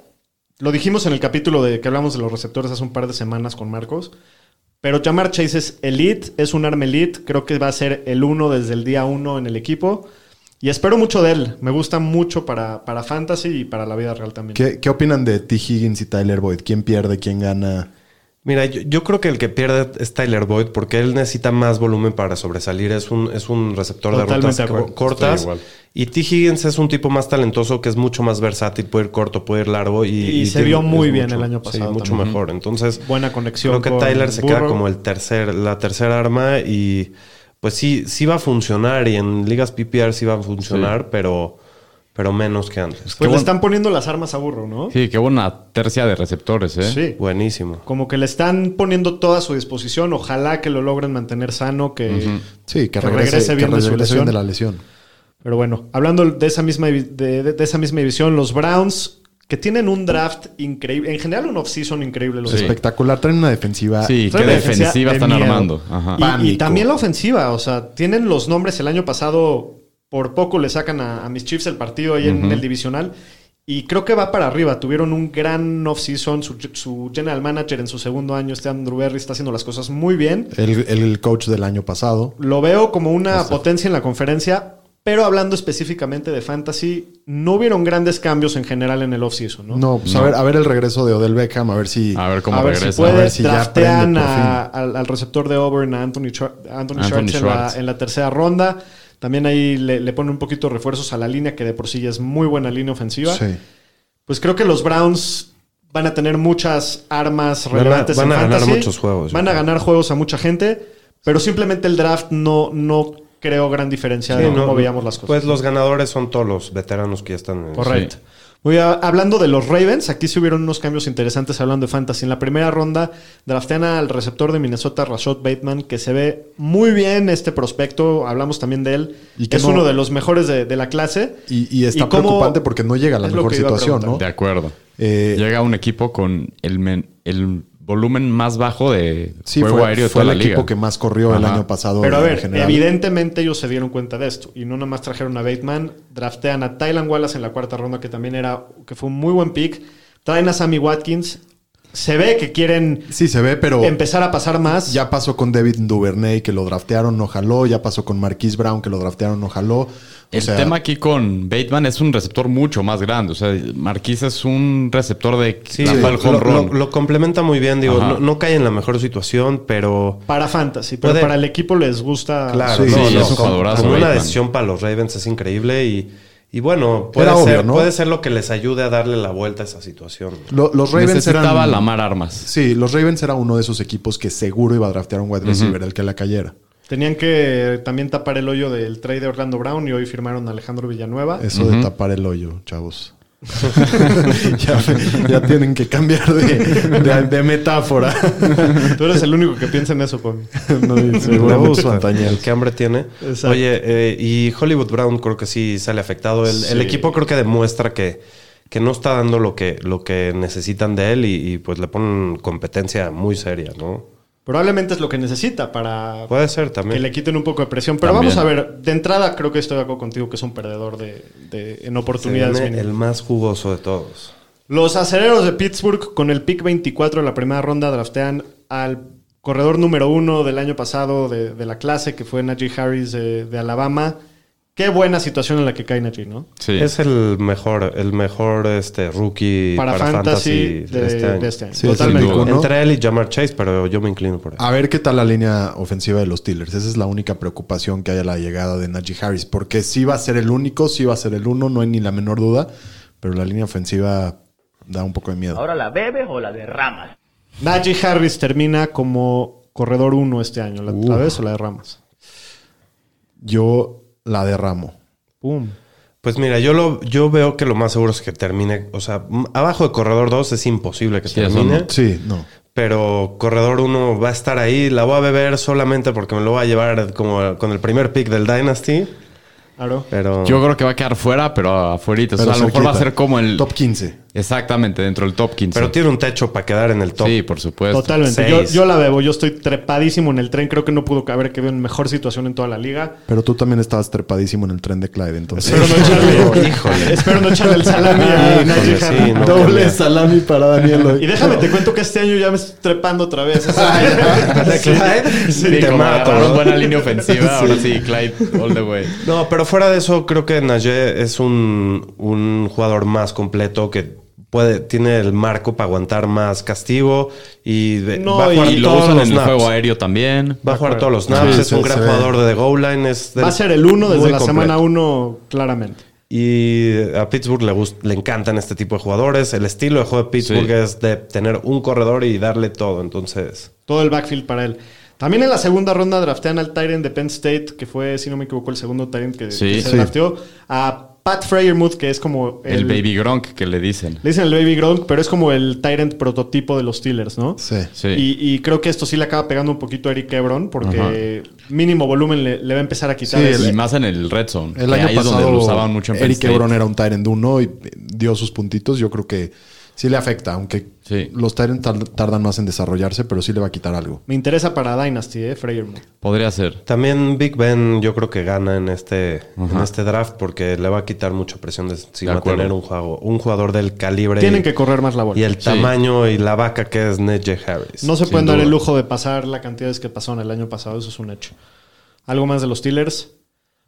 [SPEAKER 2] Lo dijimos en el capítulo de que hablamos de los receptores hace un par de semanas con Marcos. Pero Jamar Chase es elite, es un arma elite. Creo que va a ser el uno desde el día uno en el equipo. Y espero mucho de él. Me gusta mucho para, para Fantasy y para la vida real también.
[SPEAKER 4] ¿Qué, qué opinan de T. Higgins y Tyler Boyd? ¿Quién pierde? ¿Quién gana?
[SPEAKER 5] Mira, yo, yo creo que el que pierde es Tyler Boyd porque él necesita más volumen para sobresalir. Es un, es un receptor
[SPEAKER 2] Totalmente de
[SPEAKER 5] de rutas
[SPEAKER 2] acuerdo.
[SPEAKER 5] co- cortas.
[SPEAKER 3] Estoy igual.
[SPEAKER 5] Y T. Higgins es un tipo más talentoso que es mucho más versátil, puede ir corto, puede ir largo. Y,
[SPEAKER 2] Y se vio muy bien el año pasado
[SPEAKER 5] Sí, mucho
[SPEAKER 2] también.
[SPEAKER 5] mejor. Entonces,
[SPEAKER 2] Buena conexión
[SPEAKER 5] Creo
[SPEAKER 2] con
[SPEAKER 5] que Tyler se
[SPEAKER 2] Burrow.
[SPEAKER 5] queda como el tercer, la tercera arma y pues sí, sí va a funcionar y en ligas PPR sí va a funcionar, pero, pero menos que antes.
[SPEAKER 2] Pues
[SPEAKER 3] Qué
[SPEAKER 2] le
[SPEAKER 3] bueno.
[SPEAKER 2] están poniendo las armas a burro, ¿no?
[SPEAKER 3] Sí, qué buena tercia de receptores, ¿eh?
[SPEAKER 2] Sí.
[SPEAKER 5] Buenísimo.
[SPEAKER 2] Como que le están poniendo toda a su disposición. Ojalá que lo logren mantener sano, que
[SPEAKER 4] Sí, que
[SPEAKER 2] Que
[SPEAKER 4] regrese,
[SPEAKER 2] regrese
[SPEAKER 4] que
[SPEAKER 2] bien de su
[SPEAKER 4] regrese
[SPEAKER 2] lesión.
[SPEAKER 4] bien de la lesión.
[SPEAKER 2] Pero bueno, hablando de esa misma, divi- de, de- de esa misma división, los Browns, que tienen un draft increíble, en general un offseason increíble los
[SPEAKER 3] Sí.
[SPEAKER 2] Browns.
[SPEAKER 4] Espectacular. Traen una defensiva.
[SPEAKER 3] Sí, qué
[SPEAKER 2] Traen una defensa
[SPEAKER 3] defensiva
[SPEAKER 2] de
[SPEAKER 3] están
[SPEAKER 2] miedo.
[SPEAKER 3] armando. Ajá.
[SPEAKER 2] Y- Y,
[SPEAKER 4] Pánico.
[SPEAKER 2] también la ofensiva, o sea, tienen los nombres el año pasado, por poco le sacan a, a mis Chiefs el partido ahí en el divisional. Y creo que va para arriba. Tuvieron un gran offseason. Su, su general manager en su segundo año, este Andrew Berry, está haciendo las cosas muy bien.
[SPEAKER 4] El, el coach del año pasado.
[SPEAKER 2] Lo veo como una potencia en la conferencia, pero hablando específicamente de fantasy, no hubieron grandes cambios en general en el offseason, ¿no?
[SPEAKER 4] No, pues A, ver, a ver el regreso de Odell Beckham, a ver si.
[SPEAKER 3] A ver cómo
[SPEAKER 2] a ver
[SPEAKER 3] regresa.
[SPEAKER 2] si puede,
[SPEAKER 4] A ver si ya
[SPEAKER 2] draftean
[SPEAKER 4] aprende por fin.
[SPEAKER 2] a- al, al receptor de Auburn, a Anthony, Char- Anthony
[SPEAKER 3] Anthony
[SPEAKER 2] Schwartz, en la- En,
[SPEAKER 3] Schwartz.
[SPEAKER 2] la, tercera ronda. También ahí le, le pone un poquito de refuerzos a la línea, que de por sí ya es muy buena línea ofensiva.
[SPEAKER 4] Sí.
[SPEAKER 2] Pues creo que los Browns van a tener muchas armas
[SPEAKER 5] Van a-
[SPEAKER 2] relevantes.
[SPEAKER 5] van
[SPEAKER 2] en
[SPEAKER 5] a ganar
[SPEAKER 2] fantasy.
[SPEAKER 5] muchos juegos, yo
[SPEAKER 2] Van a
[SPEAKER 5] creo.
[SPEAKER 2] ganar juegos a mucha gente, pero simplemente el draft no, no creo gran diferencia de
[SPEAKER 5] Sí,
[SPEAKER 2] cómo
[SPEAKER 5] no,
[SPEAKER 2] veíamos las cosas.
[SPEAKER 5] Pues los ganadores son todos los veteranos que ya están en
[SPEAKER 2] Correcto. Muy a- hablando de los Ravens, aquí se hubieron unos cambios interesantes hablando de fantasy. En la primera ronda draftean al receptor de Minnesota, Rashad Bateman, que se ve muy bien este prospecto. Hablamos también de él.
[SPEAKER 4] Y que
[SPEAKER 2] es
[SPEAKER 4] no-
[SPEAKER 2] uno de los mejores de, de la clase.
[SPEAKER 4] Y, y está
[SPEAKER 2] cómo-
[SPEAKER 4] preocupante porque no llega a la
[SPEAKER 2] Es lo
[SPEAKER 4] mejor
[SPEAKER 2] que iba a
[SPEAKER 4] situación, ¿no?
[SPEAKER 2] preguntar.
[SPEAKER 3] De acuerdo.
[SPEAKER 4] Eh,
[SPEAKER 3] Llega un equipo con el, men- el volumen más bajo de
[SPEAKER 4] Sí,
[SPEAKER 3] juego
[SPEAKER 4] fue,
[SPEAKER 3] aéreo de
[SPEAKER 4] fue
[SPEAKER 3] toda la
[SPEAKER 4] el
[SPEAKER 3] liga.
[SPEAKER 4] equipo que más corrió el
[SPEAKER 3] Ajá.
[SPEAKER 4] año pasado.
[SPEAKER 2] Pero a
[SPEAKER 4] en
[SPEAKER 2] ver,
[SPEAKER 4] general.
[SPEAKER 2] evidentemente ellos se dieron cuenta de esto y no nada más trajeron a Bateman, draftean a Tylan Wallace en la cuarta ronda que también era que fue un muy buen pick, traen a Sammy Watkins, se ve que quieren
[SPEAKER 4] Sí, se ve, pero
[SPEAKER 2] empezar a pasar más.
[SPEAKER 4] ya pasó con David Duvernay que lo draftearon, no jaló. Ya pasó con Marquise Brown que lo draftearon, no jaló. O
[SPEAKER 3] El
[SPEAKER 4] sea,
[SPEAKER 3] tema aquí con Bateman es un receptor mucho más grande. O sea, Marquise es un receptor de
[SPEAKER 5] Sí,
[SPEAKER 3] la
[SPEAKER 5] lo,
[SPEAKER 3] pal home
[SPEAKER 5] lo-
[SPEAKER 3] run.
[SPEAKER 5] lo complementa muy bien, digo,
[SPEAKER 3] Ajá.
[SPEAKER 5] no, no cae en la mejor situación, pero
[SPEAKER 2] Para fantasy, pero
[SPEAKER 5] Puede-
[SPEAKER 2] para el equipo les gusta.
[SPEAKER 5] claro,
[SPEAKER 4] Ah, Sí,
[SPEAKER 5] no,
[SPEAKER 4] sí,
[SPEAKER 5] no,
[SPEAKER 4] es un
[SPEAKER 5] con-
[SPEAKER 3] jugadorazo,
[SPEAKER 5] con una
[SPEAKER 3] Bateman.
[SPEAKER 5] decisión para los Ravens es increíble y, y bueno, puede
[SPEAKER 4] Era
[SPEAKER 5] ser,
[SPEAKER 4] obvio, ¿no?
[SPEAKER 5] puede ser lo que les ayude a darle la vuelta a esa situación.
[SPEAKER 4] lo- los Ravens
[SPEAKER 3] Necesitaba
[SPEAKER 4] eran.
[SPEAKER 3] la Lamar Armas.
[SPEAKER 4] Sí, los Ravens era uno de esos equipos que seguro iba a draftear un wide receiver, el que la cayera.
[SPEAKER 2] Tenían que también tapar el hoyo del trade de Orlando Brown y hoy firmaron a Alejandro Villanueva.
[SPEAKER 4] Eso de tapar el hoyo, chavos. ya, ya tienen que cambiar de, de- de metáfora.
[SPEAKER 2] Tú eres el único que piensa en eso, Pami.
[SPEAKER 4] no, y
[SPEAKER 5] Me
[SPEAKER 4] seguramente
[SPEAKER 5] gusta.
[SPEAKER 4] Fantañez.
[SPEAKER 5] El que hambre tiene.
[SPEAKER 2] Exacto.
[SPEAKER 5] Oye, eh, y Hollywood Brown creo que sí sale afectado. El, el equipo creo que demuestra que, que no está dando lo que, lo que necesitan de él y, y, pues le ponen competencia muy seria, ¿no?
[SPEAKER 2] Probablemente es lo que necesita para
[SPEAKER 5] Puede ser
[SPEAKER 2] que
[SPEAKER 5] también.
[SPEAKER 2] le quiten un poco de presión. Pero
[SPEAKER 3] También.
[SPEAKER 2] vamos a ver, de entrada creo que estoy de acuerdo contigo que es un perdedor de, de- en
[SPEAKER 5] Se
[SPEAKER 2] oportunidades.
[SPEAKER 5] viene
[SPEAKER 2] mínimas.
[SPEAKER 5] el más jugoso de todos.
[SPEAKER 2] Los acereros de Pittsburgh con el pick 24 de la primera ronda draftean al corredor número uno del año pasado de, de la clase, que fue Najee Harris de, de Alabama. Qué buena situación en la que cae Najee, ¿no?
[SPEAKER 3] Sí.
[SPEAKER 5] Es el mejor, el mejor este, rookie
[SPEAKER 2] Para
[SPEAKER 5] para,
[SPEAKER 2] fantasy
[SPEAKER 5] fantasy,
[SPEAKER 2] de- de este año. Sí,
[SPEAKER 3] Totalmente.
[SPEAKER 4] es el único, ¿no?
[SPEAKER 5] Entre él y Jamar Chase, pero yo me inclino por él.
[SPEAKER 4] A ver qué tal la línea ofensiva de los Steelers. Esa es la única preocupación que hay a la llegada de Najee Harris. Porque sí va a ser el único, sí va a ser el uno, no hay ni la menor duda. Pero la línea ofensiva da un poco de miedo.
[SPEAKER 7] Ahora la bebes o la derramas.
[SPEAKER 2] Najee Harris termina como corredor uno este año. ¿La, la ves o la derramas?
[SPEAKER 4] Yo la derramo.
[SPEAKER 2] Pum.
[SPEAKER 5] Pues mira, yo lo, yo veo que lo más seguro es que termine. O sea, m- abajo de corredor 2 es imposible que
[SPEAKER 3] Sí, eso
[SPEAKER 5] termine.
[SPEAKER 3] no.
[SPEAKER 4] Sí, no.
[SPEAKER 5] Pero corredor 1 va a estar ahí. La voy a beber solamente porque me lo va a llevar como con el primer pick del Dynasty.
[SPEAKER 2] Aro.
[SPEAKER 5] Pero
[SPEAKER 3] Yo creo que va a quedar fuera, pero afuera. O sea,
[SPEAKER 4] Pero
[SPEAKER 3] Pues a lo mejor va a
[SPEAKER 4] cerquita.
[SPEAKER 3] ser como el.
[SPEAKER 4] Top 15.
[SPEAKER 3] Exactamente, dentro del top 15.
[SPEAKER 5] Pero tiene un techo para quedar en el top.
[SPEAKER 3] Sí, por supuesto.
[SPEAKER 2] Totalmente. Yo,
[SPEAKER 5] este Seis.
[SPEAKER 2] yo la bebo. Yo estoy trepadísimo en el tren. Creo que no pudo caber que veo en mejor situación en toda la liga.
[SPEAKER 4] Pero tú también estabas trepadísimo en el tren de Clyde, entonces.
[SPEAKER 2] Espero no echarle, espero no echarle el salami a
[SPEAKER 5] Ah, Híjole,
[SPEAKER 2] Najee
[SPEAKER 5] sí,
[SPEAKER 2] Harris.
[SPEAKER 5] no.
[SPEAKER 4] Doble
[SPEAKER 5] cambia.
[SPEAKER 4] salami para Daniel. hoy.
[SPEAKER 2] Y déjame te cuento que este año ya me estoy trepando otra vez.
[SPEAKER 3] Sí,
[SPEAKER 5] te
[SPEAKER 3] como
[SPEAKER 5] mato,
[SPEAKER 3] agarraron
[SPEAKER 5] ¿no?
[SPEAKER 3] buena línea ofensiva. Ahora sí, Clyde, all the way.
[SPEAKER 5] No, pero fuera de eso, creo que Najee es un, un jugador más completo que puede, tiene el marco para aguantar más castigo y de-
[SPEAKER 2] No,
[SPEAKER 5] va a jugar
[SPEAKER 3] Y lo
[SPEAKER 5] todos
[SPEAKER 3] usan en
[SPEAKER 5] los
[SPEAKER 3] el
[SPEAKER 5] snaps.
[SPEAKER 3] juego aéreo también.
[SPEAKER 5] Va a jugar todos los snaps,
[SPEAKER 4] Sí,
[SPEAKER 5] es
[SPEAKER 4] sí,
[SPEAKER 5] un gran
[SPEAKER 4] se ve.
[SPEAKER 5] jugador de goal line. Es del-
[SPEAKER 2] Va a ser el uno desde
[SPEAKER 5] muy
[SPEAKER 2] la
[SPEAKER 5] completo.
[SPEAKER 2] semana uno, claramente.
[SPEAKER 5] Y a Pittsburgh le, gust- le encantan este tipo de jugadores. El estilo de juego de Pittsburgh
[SPEAKER 3] Sí.
[SPEAKER 5] es de tener un corredor y darle todo. Entonces,
[SPEAKER 2] Todo el backfield para él. También en la segunda ronda draftean al Tyrant de Penn State, que fue, si no me equivoco, el segundo Tyrant que,
[SPEAKER 3] Sí,
[SPEAKER 2] que se
[SPEAKER 3] sí.
[SPEAKER 2] drafteó. A Pat Freyermuth, que es como
[SPEAKER 3] El, baby Gronk que le dicen.
[SPEAKER 2] Le dicen el Baby Gronk, pero es como el Tyrant prototipo de los Steelers, ¿no?
[SPEAKER 4] Sí.
[SPEAKER 3] Sí.
[SPEAKER 2] Y, y creo que esto sí le acaba pegando un poquito a Eric Ebron, porque mínimo volumen le, le va a empezar a quitar.
[SPEAKER 4] Sí,
[SPEAKER 2] ese-
[SPEAKER 3] Y más en el red zone.
[SPEAKER 4] El
[SPEAKER 3] que
[SPEAKER 4] año
[SPEAKER 3] ahí
[SPEAKER 4] pasado
[SPEAKER 3] es donde lo usaban mucho en Penn
[SPEAKER 4] Eric
[SPEAKER 3] State.
[SPEAKER 4] Ebron era un Tyrant 1 y dio sus puntitos. Yo creo que sí le afecta, aunque
[SPEAKER 3] Sí.
[SPEAKER 4] los Tyrants tar- tardan más en desarrollarse, pero sí le va a quitar algo.
[SPEAKER 2] Me interesa para Dynasty, ¿eh? Freyermuth.
[SPEAKER 3] Podría ser.
[SPEAKER 5] también Big Ben yo creo que gana en este, en este draft porque le va a quitar mucha presión de encima
[SPEAKER 3] acuerdo.
[SPEAKER 5] tener un, juego, un jugador del calibre.
[SPEAKER 2] Tienen
[SPEAKER 5] y-
[SPEAKER 2] que correr más la bola.
[SPEAKER 5] Y el tamaño y la vaca que es Najee Harris.
[SPEAKER 2] No se
[SPEAKER 3] Sin
[SPEAKER 2] pueden dar el
[SPEAKER 3] duda.
[SPEAKER 2] lujo de pasar la cantidad de veces que pasaron el año pasado, eso es un hecho. Algo más de los Steelers.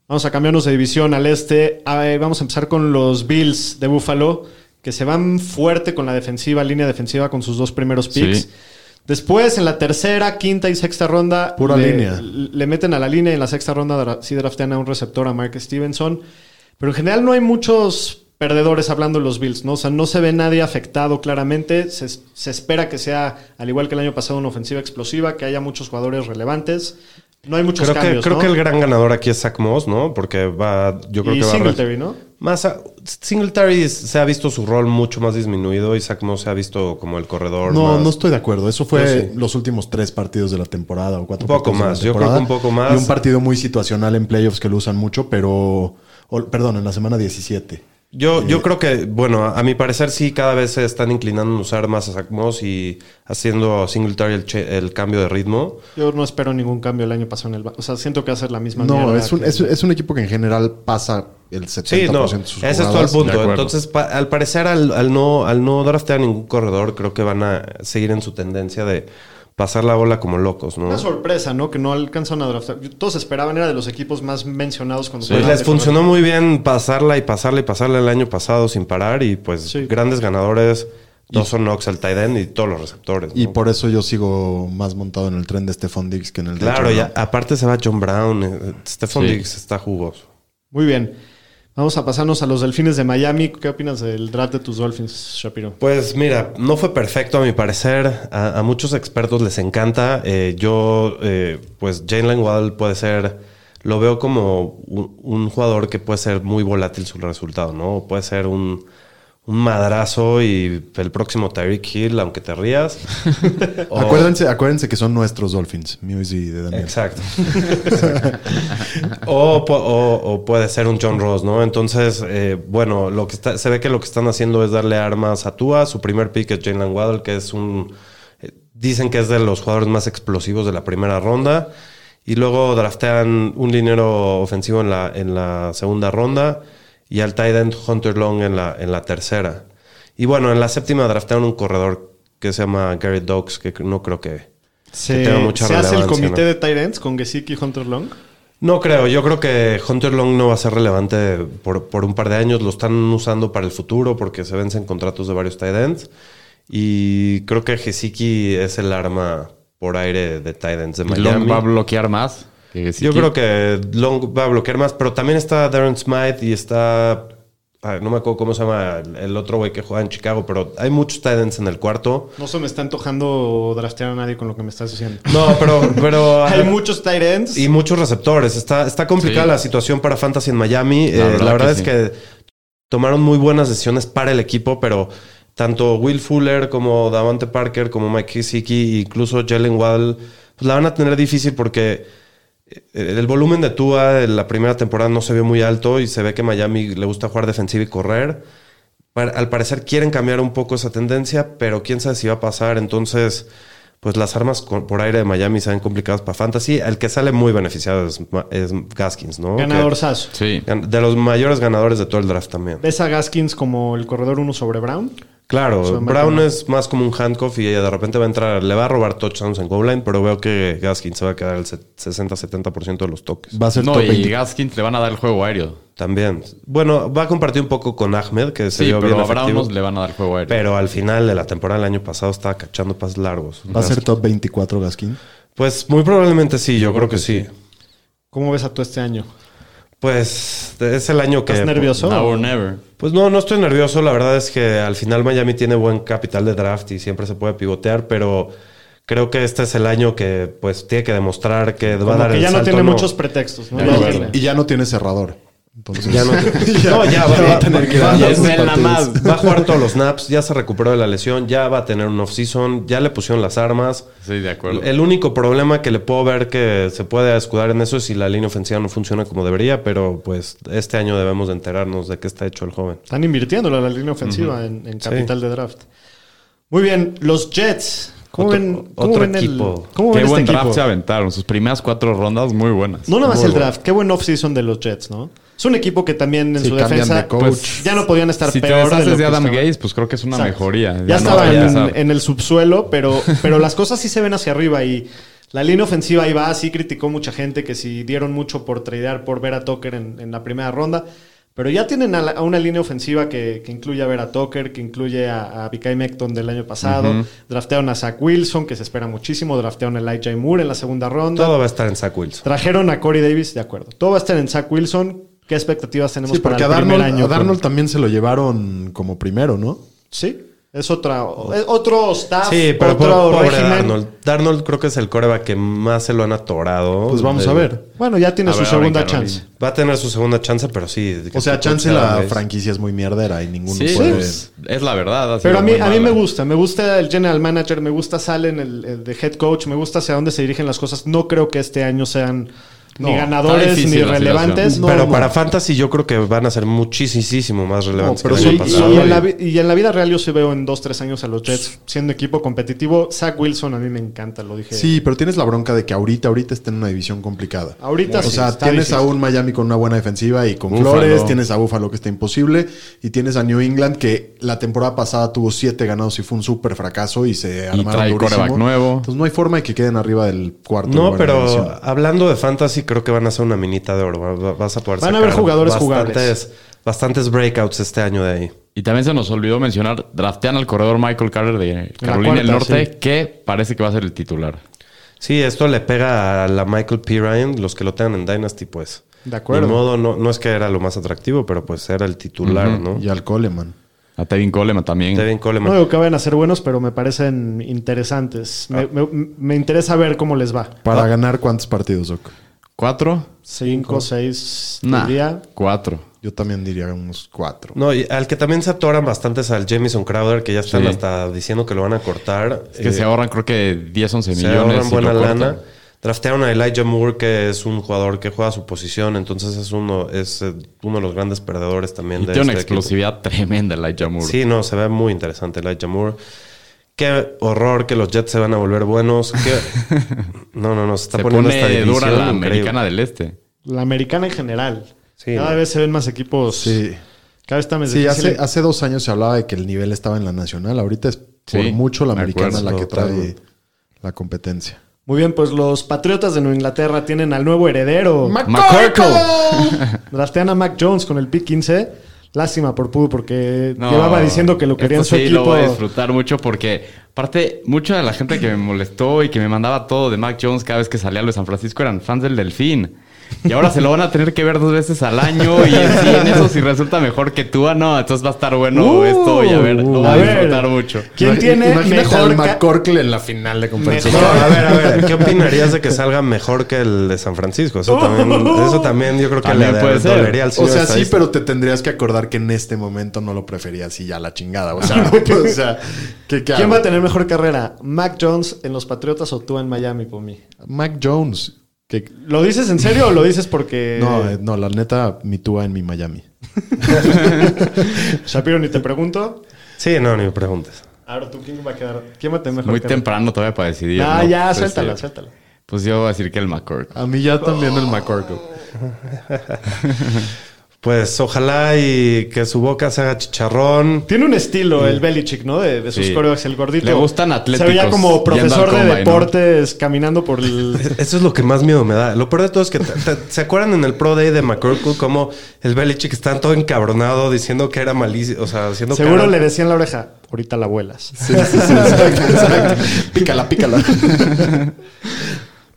[SPEAKER 2] Vamos a cambiarnos de división al este. A ver, vamos a empezar con los Bills de Buffalo, que se van fuerte con la defensiva, línea defensiva con sus dos primeros picks.
[SPEAKER 3] Sí.
[SPEAKER 2] Después, en la tercera, quinta y sexta ronda,
[SPEAKER 4] Pura
[SPEAKER 2] le,
[SPEAKER 4] línea.
[SPEAKER 2] le meten a la línea y en la sexta ronda dra- sí draftean a un receptor, a Mark Stevenson. Pero en general no hay muchos perdedores hablando de los Bills, ¿no? O sea, no se ve nadie afectado claramente. Se, es- se espera que sea, al igual que el año pasado, una ofensiva explosiva, que haya muchos jugadores relevantes. No hay muchos
[SPEAKER 5] creo que,
[SPEAKER 2] cambios,
[SPEAKER 5] creo
[SPEAKER 2] ¿no?
[SPEAKER 5] que el gran ganador aquí es Zach Moss, ¿no? Porque va. Yo creo
[SPEAKER 2] y
[SPEAKER 5] que va a re-
[SPEAKER 2] Singletary, ¿no?
[SPEAKER 5] Más a- Singletary es- se ha visto su rol mucho más disminuido y Zach Moss se ha visto como el corredor.
[SPEAKER 4] No,
[SPEAKER 5] más-
[SPEAKER 4] no estoy de acuerdo. Eso fue
[SPEAKER 5] Yo sí.
[SPEAKER 4] los últimos tres partidos de la temporada o cuatro
[SPEAKER 5] Un poco
[SPEAKER 4] partidos de la
[SPEAKER 5] más. Yo creo
[SPEAKER 4] temporada.
[SPEAKER 5] que un poco más.
[SPEAKER 4] Y un partido muy situacional en playoffs que lo usan mucho, pero. o- perdón, en la semana 17.
[SPEAKER 5] Yo,
[SPEAKER 4] eh,
[SPEAKER 5] yo creo que, bueno, a, a mi parecer sí, cada vez se están inclinando a usar más a Zach Moss y haciendo a Singletary el, che- el cambio de ritmo.
[SPEAKER 2] Yo no espero ningún cambio el año pasado en el... ba- O sea, siento que va a ser la misma
[SPEAKER 4] No,
[SPEAKER 2] mierda
[SPEAKER 4] es un,
[SPEAKER 2] que-
[SPEAKER 4] es, es un equipo que en general pasa el 70%
[SPEAKER 5] Sí, no.
[SPEAKER 4] de sus
[SPEAKER 5] Ese es todo el
[SPEAKER 4] jugadas.
[SPEAKER 5] punto.
[SPEAKER 3] De acuerdo.
[SPEAKER 5] Entonces, pa- al parecer, al, al no, al no draftear a ningún corredor, creo que van a seguir en su tendencia de pasar la bola como locos, ¿no?
[SPEAKER 2] Una sorpresa, ¿no? Que no alcanzan a draftar. Todos esperaban, era de los equipos más mencionados cuando
[SPEAKER 5] Pues
[SPEAKER 2] fueron
[SPEAKER 5] les
[SPEAKER 2] de-
[SPEAKER 5] funcionó muy bien pasarla y pasarla y pasarla el año pasado sin parar y pues
[SPEAKER 2] Sí.
[SPEAKER 5] grandes ganadores. Dawson Knox, el tight end y todos los receptores.
[SPEAKER 4] Y
[SPEAKER 5] ¿no?
[SPEAKER 4] por eso yo sigo más montado en el tren de Stephon Diggs que en el de
[SPEAKER 5] claro,
[SPEAKER 4] Jordan.
[SPEAKER 5] y a- aparte se va John Brown. eh, Stephon
[SPEAKER 3] Sí.
[SPEAKER 5] Diggs está jugoso.
[SPEAKER 2] Muy bien. Vamos a pasarnos a los Delfines de Miami. ¿Qué opinas del draft de tus Dolphins, Shapiro?
[SPEAKER 5] Pues mira, no fue perfecto a mi parecer. A, a muchos expertos les encanta. Eh, yo, eh, pues Jalen Waddle puede ser, lo veo como un, un jugador que puede ser muy volátil su resultado, ¿no? Puede ser un, un madrazo y el próximo Tyreek Hill, aunque te rías. O-
[SPEAKER 4] Acuérdense, acuérdense que son nuestros Dolphins, Muse y de Daniel.
[SPEAKER 5] Oh. Exacto. o, pu- o- o puede ser un John Ross, ¿no? Entonces, eh, bueno, lo que está, se ve que lo que están haciendo es darle armas a Tua. Su primer pick es Jalen Waddle, que es un. eh, dicen que es de los jugadores más explosivos de la primera ronda. Y luego draftean un dinero ofensivo en la, en la segunda ronda. Y al tight end Hunter Long en la, en la tercera. Y bueno, en la séptima draftaron un corredor que se llama Gary Dogs, que no creo que...
[SPEAKER 2] Se,
[SPEAKER 5] tenga mucha
[SPEAKER 2] se hace el
[SPEAKER 5] relevancia,
[SPEAKER 2] comité
[SPEAKER 5] ¿no?
[SPEAKER 2] de Tyrants con Gesicki y Hunter Long.
[SPEAKER 5] No creo, yo creo que Hunter Long no va a ser relevante por, por un par de años, lo están usando para el futuro porque se vencen contratos de varios tight ends y creo que Gesicki es el arma por aire de tight ends de
[SPEAKER 3] Y
[SPEAKER 5] Miami.
[SPEAKER 3] Long va a bloquear más. que Gesicki.
[SPEAKER 5] Yo creo que Long va a bloquear más, pero también está Darren Smythe y está. ah, no me acuerdo cómo se llama el- el otro güey que juega en Chicago, pero hay muchos tight ends en el cuarto.
[SPEAKER 2] No se me está antojando draftear a nadie con lo que me estás diciendo.
[SPEAKER 5] No, pero. pero
[SPEAKER 2] Hay muchos Tyrants.
[SPEAKER 5] Ah. Y muchos receptores. Está, está complicada
[SPEAKER 3] Pues
[SPEAKER 5] la
[SPEAKER 3] Sí.
[SPEAKER 5] situación para Fantasy en Miami. Eh, La verdad,
[SPEAKER 3] verdad que
[SPEAKER 5] es
[SPEAKER 3] sí.
[SPEAKER 5] que tomaron muy buenas decisiones para el equipo, pero tanto Will Fuller como Davante Parker, como Mike Gesicki, incluso Jalen Waddle, pues la van a tener difícil porque eh, el volumen de Tua en la primera temporada no se vio muy alto y se ve que Miami le gusta jugar defensivo y correr. Par- al parecer quieren cambiar un poco esa tendencia, pero quién sabe si va a pasar. Entonces, pues las armas con- por aire de Miami se ven complicadas para Fantasy. El que sale muy beneficiado es, Ma- es Gaskins, ¿no?
[SPEAKER 2] Ganador
[SPEAKER 5] Que-
[SPEAKER 2] Sazo.
[SPEAKER 3] Sí.
[SPEAKER 5] gan- de los mayores ganadores de todo el draft también.
[SPEAKER 2] ¿Ves a Gaskins como el corredor 1 sobre Brown?
[SPEAKER 5] Claro,
[SPEAKER 2] Son
[SPEAKER 5] Brown
[SPEAKER 2] bacana.
[SPEAKER 5] es más como un handcuff y de repente va a entrar, le va a robar touchdowns en goal line, pero veo que Gaskins se va a quedar el se- 60-70% de los toques.
[SPEAKER 4] Va a ser
[SPEAKER 3] No,
[SPEAKER 4] top
[SPEAKER 3] y
[SPEAKER 4] 20.
[SPEAKER 3] Gaskins le van a dar el juego aéreo.
[SPEAKER 5] También. Bueno, va a compartir un poco con Ahmed, que se
[SPEAKER 3] Sí,
[SPEAKER 5] vio
[SPEAKER 3] pero
[SPEAKER 5] bien
[SPEAKER 3] a Brown
[SPEAKER 5] efectivo.
[SPEAKER 3] no le van a dar el juego aéreo.
[SPEAKER 5] Pero al final de la temporada del año pasado estaba cachando pases largos.
[SPEAKER 4] Va a ser top 24 Gaskin.
[SPEAKER 5] Pues muy probablemente sí, yo, creo, que, sí.
[SPEAKER 2] ¿Cómo ves a tú este año?
[SPEAKER 5] Pues es el año que...
[SPEAKER 2] ¿Estás nervioso?
[SPEAKER 3] Now or never.
[SPEAKER 5] Pues no, no estoy nervioso. La verdad es que al final Miami tiene buen capital de draft y siempre se puede pivotear, pero creo que este es el año que pues tiene que demostrar que va a
[SPEAKER 2] Como
[SPEAKER 5] dar
[SPEAKER 2] que
[SPEAKER 5] el
[SPEAKER 2] ya no
[SPEAKER 5] salto,
[SPEAKER 2] tiene muchos pretextos, ¿no?
[SPEAKER 3] Ya,
[SPEAKER 2] Ya
[SPEAKER 3] ya,
[SPEAKER 2] tiene.
[SPEAKER 4] Y, y ya no tiene cerrador. Entonces,
[SPEAKER 5] Ya no, No, ya va, va- va-
[SPEAKER 4] dar
[SPEAKER 3] Y
[SPEAKER 4] los
[SPEAKER 3] es él nada
[SPEAKER 4] partidos.
[SPEAKER 3] más.
[SPEAKER 5] Pues, va a jugar todos los snaps, ya se recuperó de la lesión, ya va a tener un off-season, ya le pusieron las armas.
[SPEAKER 3] Sí, de acuerdo.
[SPEAKER 5] El único problema que le puedo ver que se puede escudar en eso es si la línea ofensiva no funciona como debería, pero pues este año debemos de enterarnos de qué está hecho el joven.
[SPEAKER 2] Están invirtiéndolo a la línea ofensiva en, en capital de draft. Muy bien, los Jets. ¿Cómo
[SPEAKER 5] Otro-
[SPEAKER 2] ven, cómo
[SPEAKER 5] otro
[SPEAKER 2] ven el-
[SPEAKER 5] equipo.
[SPEAKER 2] cómo
[SPEAKER 3] Qué
[SPEAKER 2] ven
[SPEAKER 3] buen
[SPEAKER 2] este
[SPEAKER 3] draft
[SPEAKER 2] equipo?
[SPEAKER 3] se aventaron. Sus primeras cuatro rondas muy buenas.
[SPEAKER 2] No nada más
[SPEAKER 5] Muy
[SPEAKER 2] el
[SPEAKER 5] bueno.
[SPEAKER 2] draft, qué buen off-season de los Jets, ¿no? Es un equipo que también en
[SPEAKER 4] Sí,
[SPEAKER 2] su
[SPEAKER 4] cambian
[SPEAKER 2] defensa
[SPEAKER 4] de coach.
[SPEAKER 2] pues, ya no podían estar
[SPEAKER 3] si te
[SPEAKER 2] peor.
[SPEAKER 3] deshaces
[SPEAKER 2] lo
[SPEAKER 3] de,
[SPEAKER 2] que
[SPEAKER 3] Adam
[SPEAKER 2] estaban.
[SPEAKER 3] Gaze, pues creo que es una
[SPEAKER 2] Exacto.
[SPEAKER 3] mejoría.
[SPEAKER 2] Ya,
[SPEAKER 3] no
[SPEAKER 2] estaba
[SPEAKER 3] debería
[SPEAKER 2] en,
[SPEAKER 3] estar.
[SPEAKER 2] en el subsuelo, pero, pero las cosas sí se ven hacia arriba y la línea ofensiva ahí va, sí criticó mucha gente que si dieron mucho por tradear por Vera Tucker en, en la primera ronda, pero ya tienen a, la- a una línea ofensiva que, que incluye a Vera Tucker, que incluye a, a Vicay Mecton del año pasado, draftearon a Zach Wilson, que se espera muchísimo, draftearon a Elijah Moore en la segunda ronda,
[SPEAKER 5] Todo va a estar en Zach Wilson.
[SPEAKER 2] trajeron a Corey Davis, de acuerdo, todo va a estar en Zach Wilson, ¿qué expectativas tenemos
[SPEAKER 4] Sí,
[SPEAKER 2] para
[SPEAKER 4] porque
[SPEAKER 2] el
[SPEAKER 4] a
[SPEAKER 2] primer
[SPEAKER 4] Darnold,
[SPEAKER 2] año?
[SPEAKER 4] a Darnold
[SPEAKER 2] con-
[SPEAKER 4] también se lo llevaron como primero, ¿no?
[SPEAKER 2] Sí. Es otra, es otro
[SPEAKER 4] Ah,
[SPEAKER 2] staff,
[SPEAKER 5] Sí, pero
[SPEAKER 2] otro
[SPEAKER 5] po- pobre
[SPEAKER 2] régimen.
[SPEAKER 5] Darnold. Darnold creo que es el coreback que más se lo han atorado.
[SPEAKER 4] Pues vamos a
[SPEAKER 5] De-
[SPEAKER 4] ver.
[SPEAKER 2] Bueno, ya tiene
[SPEAKER 3] A
[SPEAKER 2] su
[SPEAKER 3] ver,
[SPEAKER 2] segunda
[SPEAKER 3] ahora en Carolina.
[SPEAKER 2] chance.
[SPEAKER 5] Va a tener su segunda chance, pero sí.
[SPEAKER 4] O sea, chance
[SPEAKER 5] Touchdown,
[SPEAKER 4] la
[SPEAKER 5] es-
[SPEAKER 4] franquicia es muy mierdera y ninguno
[SPEAKER 3] Sí,
[SPEAKER 4] puede...
[SPEAKER 3] pues, es la verdad. ha sido
[SPEAKER 2] Pero a mí,
[SPEAKER 3] muy
[SPEAKER 2] a mí
[SPEAKER 3] mala.
[SPEAKER 2] me gusta, me gusta el general manager, me gusta Salen, el, el de head coach, me gusta hacia dónde se dirigen las cosas. No creo que este año sean ni
[SPEAKER 4] No,
[SPEAKER 2] ganadores
[SPEAKER 3] está difícil
[SPEAKER 2] ni
[SPEAKER 3] la
[SPEAKER 2] relevantes.
[SPEAKER 4] situación. No,
[SPEAKER 5] pero
[SPEAKER 4] no.
[SPEAKER 5] para Fantasy yo creo que van a ser muchísimo más relevantes.
[SPEAKER 4] pero
[SPEAKER 5] que
[SPEAKER 2] Y,
[SPEAKER 5] el año
[SPEAKER 4] sí,
[SPEAKER 5] pasado.
[SPEAKER 2] y en la, vi- y en la vida real yo sí veo en dos, tres años a los Jets siendo equipo competitivo. Zach Wilson a mí me encanta, lo dije.
[SPEAKER 4] Sí, pero tienes la bronca de que ahorita, ahorita está en una división complicada.
[SPEAKER 2] Ahorita
[SPEAKER 4] O
[SPEAKER 2] Ah, sí,
[SPEAKER 4] sea,
[SPEAKER 2] está
[SPEAKER 4] tienes
[SPEAKER 2] difícil.
[SPEAKER 4] a un Miami con una buena defensiva y con
[SPEAKER 3] Búfalo.
[SPEAKER 4] Flores, tienes a Buffalo que está imposible y tienes a New England que la temporada pasada tuvo siete ganados y fue un súper fracaso y se armaron
[SPEAKER 3] trae
[SPEAKER 4] durísimo.
[SPEAKER 3] quarterback nuevo.
[SPEAKER 4] Entonces no hay forma de que queden arriba del cuarto.
[SPEAKER 5] No,
[SPEAKER 4] lugar de la
[SPEAKER 5] pero
[SPEAKER 4] división.
[SPEAKER 5] hablando de fantasy, creo que van a ser una minita de oro. Va- va- Vas a poder
[SPEAKER 2] Van a
[SPEAKER 5] sacar
[SPEAKER 2] haber jugadores
[SPEAKER 5] bastantes, Bastantes breakouts este año de ahí.
[SPEAKER 3] Y también se nos olvidó mencionar, draftean al corredor Michael Carter de Carolina del
[SPEAKER 2] cuarta,
[SPEAKER 3] Norte,
[SPEAKER 2] sí.
[SPEAKER 3] que parece que va a ser el titular.
[SPEAKER 5] Sí, esto le pega a la Michael P. Ryan, los que lo tengan en Dynasty, pues.
[SPEAKER 2] De acuerdo.
[SPEAKER 5] Ni modo, no, no es que era lo más atractivo, pero pues era el titular, ¿no?
[SPEAKER 4] Y al Coleman.
[SPEAKER 3] A Tevin Coleman también.
[SPEAKER 5] Tevin Coleman.
[SPEAKER 2] No digo que vayan a ser buenos, pero me parecen interesantes.
[SPEAKER 3] Ah.
[SPEAKER 2] Me, me- me interesa ver cómo les va.
[SPEAKER 4] Para ganar cuántos partidos, Doc.
[SPEAKER 3] ¿Cuatro?
[SPEAKER 2] Cinco, seis,
[SPEAKER 3] Nah,
[SPEAKER 2] día.
[SPEAKER 3] cuatro.
[SPEAKER 4] Yo también diría unos cuatro.
[SPEAKER 5] No, y al que también se atoran bastantes al Jamison Crowder, que ya están
[SPEAKER 3] Sí.
[SPEAKER 5] hasta diciendo que lo van a cortar.
[SPEAKER 3] Es que
[SPEAKER 5] Eh,
[SPEAKER 3] se ahorran creo que 10, 11
[SPEAKER 5] se
[SPEAKER 3] millones.
[SPEAKER 5] ahorran
[SPEAKER 3] y
[SPEAKER 5] buena
[SPEAKER 3] lo cortan.
[SPEAKER 5] lana. Draftearon a Elijah Moore, que es un jugador que juega a su posición, entonces es uno, es eh, uno de los grandes perdedores también
[SPEAKER 3] Y
[SPEAKER 5] de
[SPEAKER 3] tiene una
[SPEAKER 5] este equipo.
[SPEAKER 3] explosividad tremenda la Jamur.
[SPEAKER 5] Sí, no, se ve muy interesante Elijah Moore. Qué horror que los Jets se van a volver buenos. Qué- No, no, no, se está
[SPEAKER 3] se
[SPEAKER 5] poniendo esta
[SPEAKER 3] pone dura
[SPEAKER 5] división
[SPEAKER 3] la
[SPEAKER 5] increíble.
[SPEAKER 3] americana del este.
[SPEAKER 2] La americana en general.
[SPEAKER 5] Sí,
[SPEAKER 2] Cada
[SPEAKER 5] ¿no?
[SPEAKER 2] vez se ven más equipos
[SPEAKER 4] Sí.
[SPEAKER 2] que Cada vez está más
[SPEAKER 4] Sí,
[SPEAKER 2] difícil.
[SPEAKER 4] hace, hace dos años se hablaba de que el nivel estaba en la nacional. Ahorita es por
[SPEAKER 3] Sí,
[SPEAKER 4] mucho la
[SPEAKER 3] me
[SPEAKER 4] americana
[SPEAKER 3] acuerdo,
[SPEAKER 4] la que trae
[SPEAKER 5] totalmente.
[SPEAKER 4] la competencia.
[SPEAKER 2] Muy bien, pues los Patriotas de Nueva Inglaterra tienen al nuevo heredero. Draftean a Mac Jones con el pick 15. Lástima por Pudu porque
[SPEAKER 3] No,
[SPEAKER 2] llevaba diciendo que lo quería en su
[SPEAKER 3] esto sí
[SPEAKER 2] equipo.
[SPEAKER 3] lo voy a disfrutar mucho porque, aparte, mucha de la gente que me molestó y que me mandaba todo de Mac Jones cada vez que salía a lo de San Francisco eran fans del Delfín. Y ahora se lo van a tener que ver dos veces al año y en, sí, en eso si resulta mejor que tú, ah, no, entonces va a estar bueno
[SPEAKER 2] Uh,
[SPEAKER 3] esto y a ver, lo voy
[SPEAKER 2] a
[SPEAKER 3] a
[SPEAKER 2] ver.
[SPEAKER 3] disfrutar mucho.
[SPEAKER 2] ¿Quién
[SPEAKER 4] Imag-
[SPEAKER 2] tiene
[SPEAKER 4] Imagínate
[SPEAKER 2] mejor
[SPEAKER 4] al
[SPEAKER 2] ca-
[SPEAKER 4] McCorkle en la final de competencia.
[SPEAKER 2] Mejor-
[SPEAKER 5] a ver, a ver, ¿qué opinarías de que salga mejor que el de San Francisco? Eso también, eso también yo creo que
[SPEAKER 3] También
[SPEAKER 5] le
[SPEAKER 3] puede ser.
[SPEAKER 5] dolería al
[SPEAKER 4] O
[SPEAKER 5] señor
[SPEAKER 4] sea, Ah, sí,
[SPEAKER 5] estadista.
[SPEAKER 4] pero te tendrías que acordar que en este momento no lo preferías y ya la chingada. O sea, no, o sea, ¿qué- qué
[SPEAKER 2] ¿Quién
[SPEAKER 4] hago?
[SPEAKER 2] va a tener mejor carrera? ¿Mac Jones en los Patriotas o tú en Miami, por mí?
[SPEAKER 4] Mac Jones. que-
[SPEAKER 2] ¿Lo dices en serio o lo dices porque
[SPEAKER 4] No, eh, no, la neta, mi túa en mi Miami.
[SPEAKER 2] Shapiro ni te pregunto?
[SPEAKER 5] Sí, no, ni me preguntes.
[SPEAKER 2] Ahora tú, ¿quién va a quedar? ¿Quién va a tener mejor
[SPEAKER 3] Muy
[SPEAKER 2] carrera?
[SPEAKER 3] temprano todavía para decidir.
[SPEAKER 2] Ah,
[SPEAKER 3] ¿no?
[SPEAKER 2] ya,
[SPEAKER 3] Pues,
[SPEAKER 2] suéltala,
[SPEAKER 3] eh,
[SPEAKER 2] suéltala.
[SPEAKER 3] Pues yo voy a decir que el McCork.
[SPEAKER 4] A mí
[SPEAKER 2] Oh.
[SPEAKER 4] ya también el McCorkle.
[SPEAKER 5] Pues ojalá y que su boca se haga chicharrón.
[SPEAKER 2] Tiene un estilo el Belichick, ¿no? De, de sus
[SPEAKER 3] Sí.
[SPEAKER 2] coreos, el gordito.
[SPEAKER 3] Le gustan
[SPEAKER 2] Se veía
[SPEAKER 3] atléticos,
[SPEAKER 2] como profesor
[SPEAKER 3] yendo al
[SPEAKER 2] de
[SPEAKER 3] combine, ¿no?
[SPEAKER 2] deportes caminando por el...
[SPEAKER 5] Eso es lo que más miedo me da. Lo peor de todo es que te- te- se acuerdan en el Pro Day de McCorkle como el Belichick está todo encabronado diciendo que era malísimo, o sea, haciendo
[SPEAKER 2] Seguro
[SPEAKER 5] cara-
[SPEAKER 2] le decían la oreja, ahorita la vuelas.
[SPEAKER 4] Sí, sí, sí, exacto, exacto. Pícala, pícala.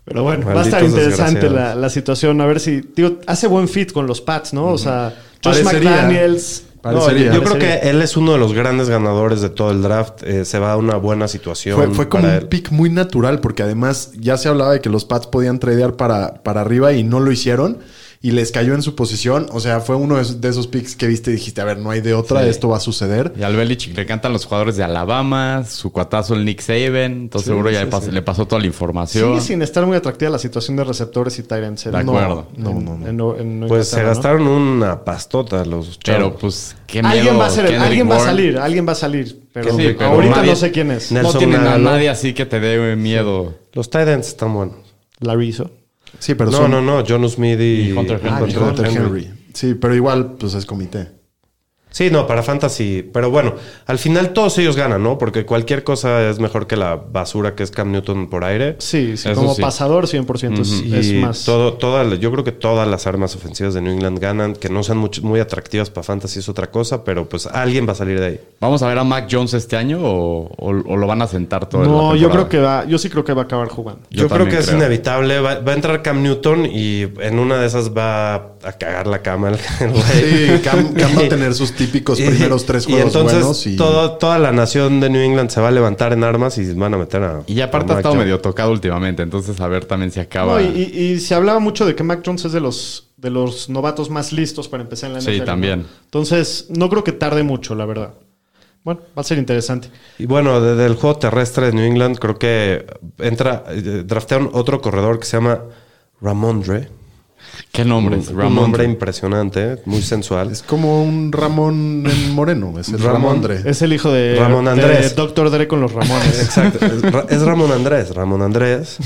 [SPEAKER 2] Pero bueno, va a
[SPEAKER 5] Malditos
[SPEAKER 2] estar interesante la,
[SPEAKER 5] desgraciados.
[SPEAKER 2] la situación. A ver si... Tío, hace buen fit con los Pats, ¿no? O sea, Josh
[SPEAKER 4] Parecería.
[SPEAKER 2] McDaniels...
[SPEAKER 5] No,
[SPEAKER 4] Parecería.
[SPEAKER 5] yo creo que él es uno de los grandes ganadores de todo el draft. Eh, se va a una buena situación.
[SPEAKER 4] Fue, fue como
[SPEAKER 5] para
[SPEAKER 4] un
[SPEAKER 5] él.
[SPEAKER 4] pick muy natural, porque además ya se hablaba de que los Pats podían tradear para, para arriba y no lo hicieron. Y les cayó en su posición. O sea, fue uno de esos, de esos picks que viste y dijiste, a ver, no hay de otra,
[SPEAKER 3] Sí.
[SPEAKER 4] esto va a suceder.
[SPEAKER 3] Y al Belichick le encantan los jugadores de Alabama, su cuatazo el Nick Saban, entonces seguro ya le, pas- le pasó toda la información.
[SPEAKER 2] Sigue sin estar muy atractiva la situación de receptores y Tyrants. eh,
[SPEAKER 3] De acuerdo.
[SPEAKER 4] No, no, no.
[SPEAKER 5] Pues se gastaron una pastota los
[SPEAKER 3] Pero
[SPEAKER 5] chavos.
[SPEAKER 3] pues qué miedo.
[SPEAKER 2] Alguien va a ser, el-
[SPEAKER 3] Kendrick
[SPEAKER 2] alguien va a
[SPEAKER 3] Bourne.
[SPEAKER 2] salir, alguien va a salir. Pero,
[SPEAKER 3] Sí, pero
[SPEAKER 2] ahorita
[SPEAKER 3] nadie-
[SPEAKER 2] no sé quién es.
[SPEAKER 5] Na- Nelson
[SPEAKER 3] no tienen a
[SPEAKER 5] Nagalo.
[SPEAKER 3] nadie así que te dé eh, miedo.
[SPEAKER 5] Los tight ends están buenos.
[SPEAKER 2] Larizo.
[SPEAKER 4] Sí, pero
[SPEAKER 5] no,
[SPEAKER 4] son
[SPEAKER 5] no, no. John Smith y,
[SPEAKER 3] Y Hunter Henry.
[SPEAKER 5] Ah,
[SPEAKER 4] contra Hunter
[SPEAKER 5] Hunter Henry.
[SPEAKER 4] Henry. Sí, pero igual, pues es comité.
[SPEAKER 5] Sí, no, para fantasy. Pero bueno, al final todos ellos ganan, ¿no? Porque cualquier cosa es mejor que la basura que es Cam Newton por aire.
[SPEAKER 2] Sí, sí,
[SPEAKER 3] Eso
[SPEAKER 2] como
[SPEAKER 3] sí.
[SPEAKER 2] pasador 100% es-
[SPEAKER 5] Y
[SPEAKER 2] es, más.
[SPEAKER 5] Todo, toda la- yo creo que todas las armas ofensivas de New England ganan, que no sean mucho- muy atractivas para fantasy es otra cosa, pero pues alguien va a salir de ahí.
[SPEAKER 3] ¿Vamos a ver a Mac Jones este año o, o- o lo van a sentar todo
[SPEAKER 2] no, yo creo que va, yo sí creo que va a acabar jugando.
[SPEAKER 5] Yo, creo que
[SPEAKER 3] también
[SPEAKER 5] es inevitable. Va, va a entrar Cam Newton y en una de esas va a cagar la cama el el güey.
[SPEAKER 4] Sí, Cam, Cam va a tener sus típicos primeros tres juegos
[SPEAKER 5] y entonces
[SPEAKER 4] buenos. Y
[SPEAKER 5] todo- toda la nación de New England se va a levantar en armas y van a meter a.
[SPEAKER 3] Y ya aparte
[SPEAKER 5] a
[SPEAKER 3] ha
[SPEAKER 5] Mac
[SPEAKER 3] estado
[SPEAKER 5] Jones.
[SPEAKER 3] medio tocado últimamente, entonces a ver también si
[SPEAKER 2] No,
[SPEAKER 3] acaba.
[SPEAKER 2] y, y- y se hablaba mucho de que Mac Jones es de los, de los novatos más listos para empezar en la
[SPEAKER 3] Sí,
[SPEAKER 2] NFL. ¿no?
[SPEAKER 3] también.
[SPEAKER 2] Entonces, no creo que tarde mucho, la verdad. Bueno, va a ser interesante.
[SPEAKER 5] Y bueno, desde el juego terrestre de New England, creo que entra. eh, Draftearon otro corredor que se llama Ramondre.
[SPEAKER 3] ¿Qué nombres?
[SPEAKER 5] Un- Un
[SPEAKER 3] Ramondre.
[SPEAKER 5] nombre impresionante, muy sensual.
[SPEAKER 4] Es como un Ramón en Moreno. Es el
[SPEAKER 5] Ramón.
[SPEAKER 4] Ramondre.
[SPEAKER 2] Es el hijo de,
[SPEAKER 5] Ramón
[SPEAKER 2] de
[SPEAKER 5] Andrés.
[SPEAKER 2] Dr. Dre con los Ramones.
[SPEAKER 5] Exacto. Es, Ra- es Ramón Andrés, Ramón Andrés.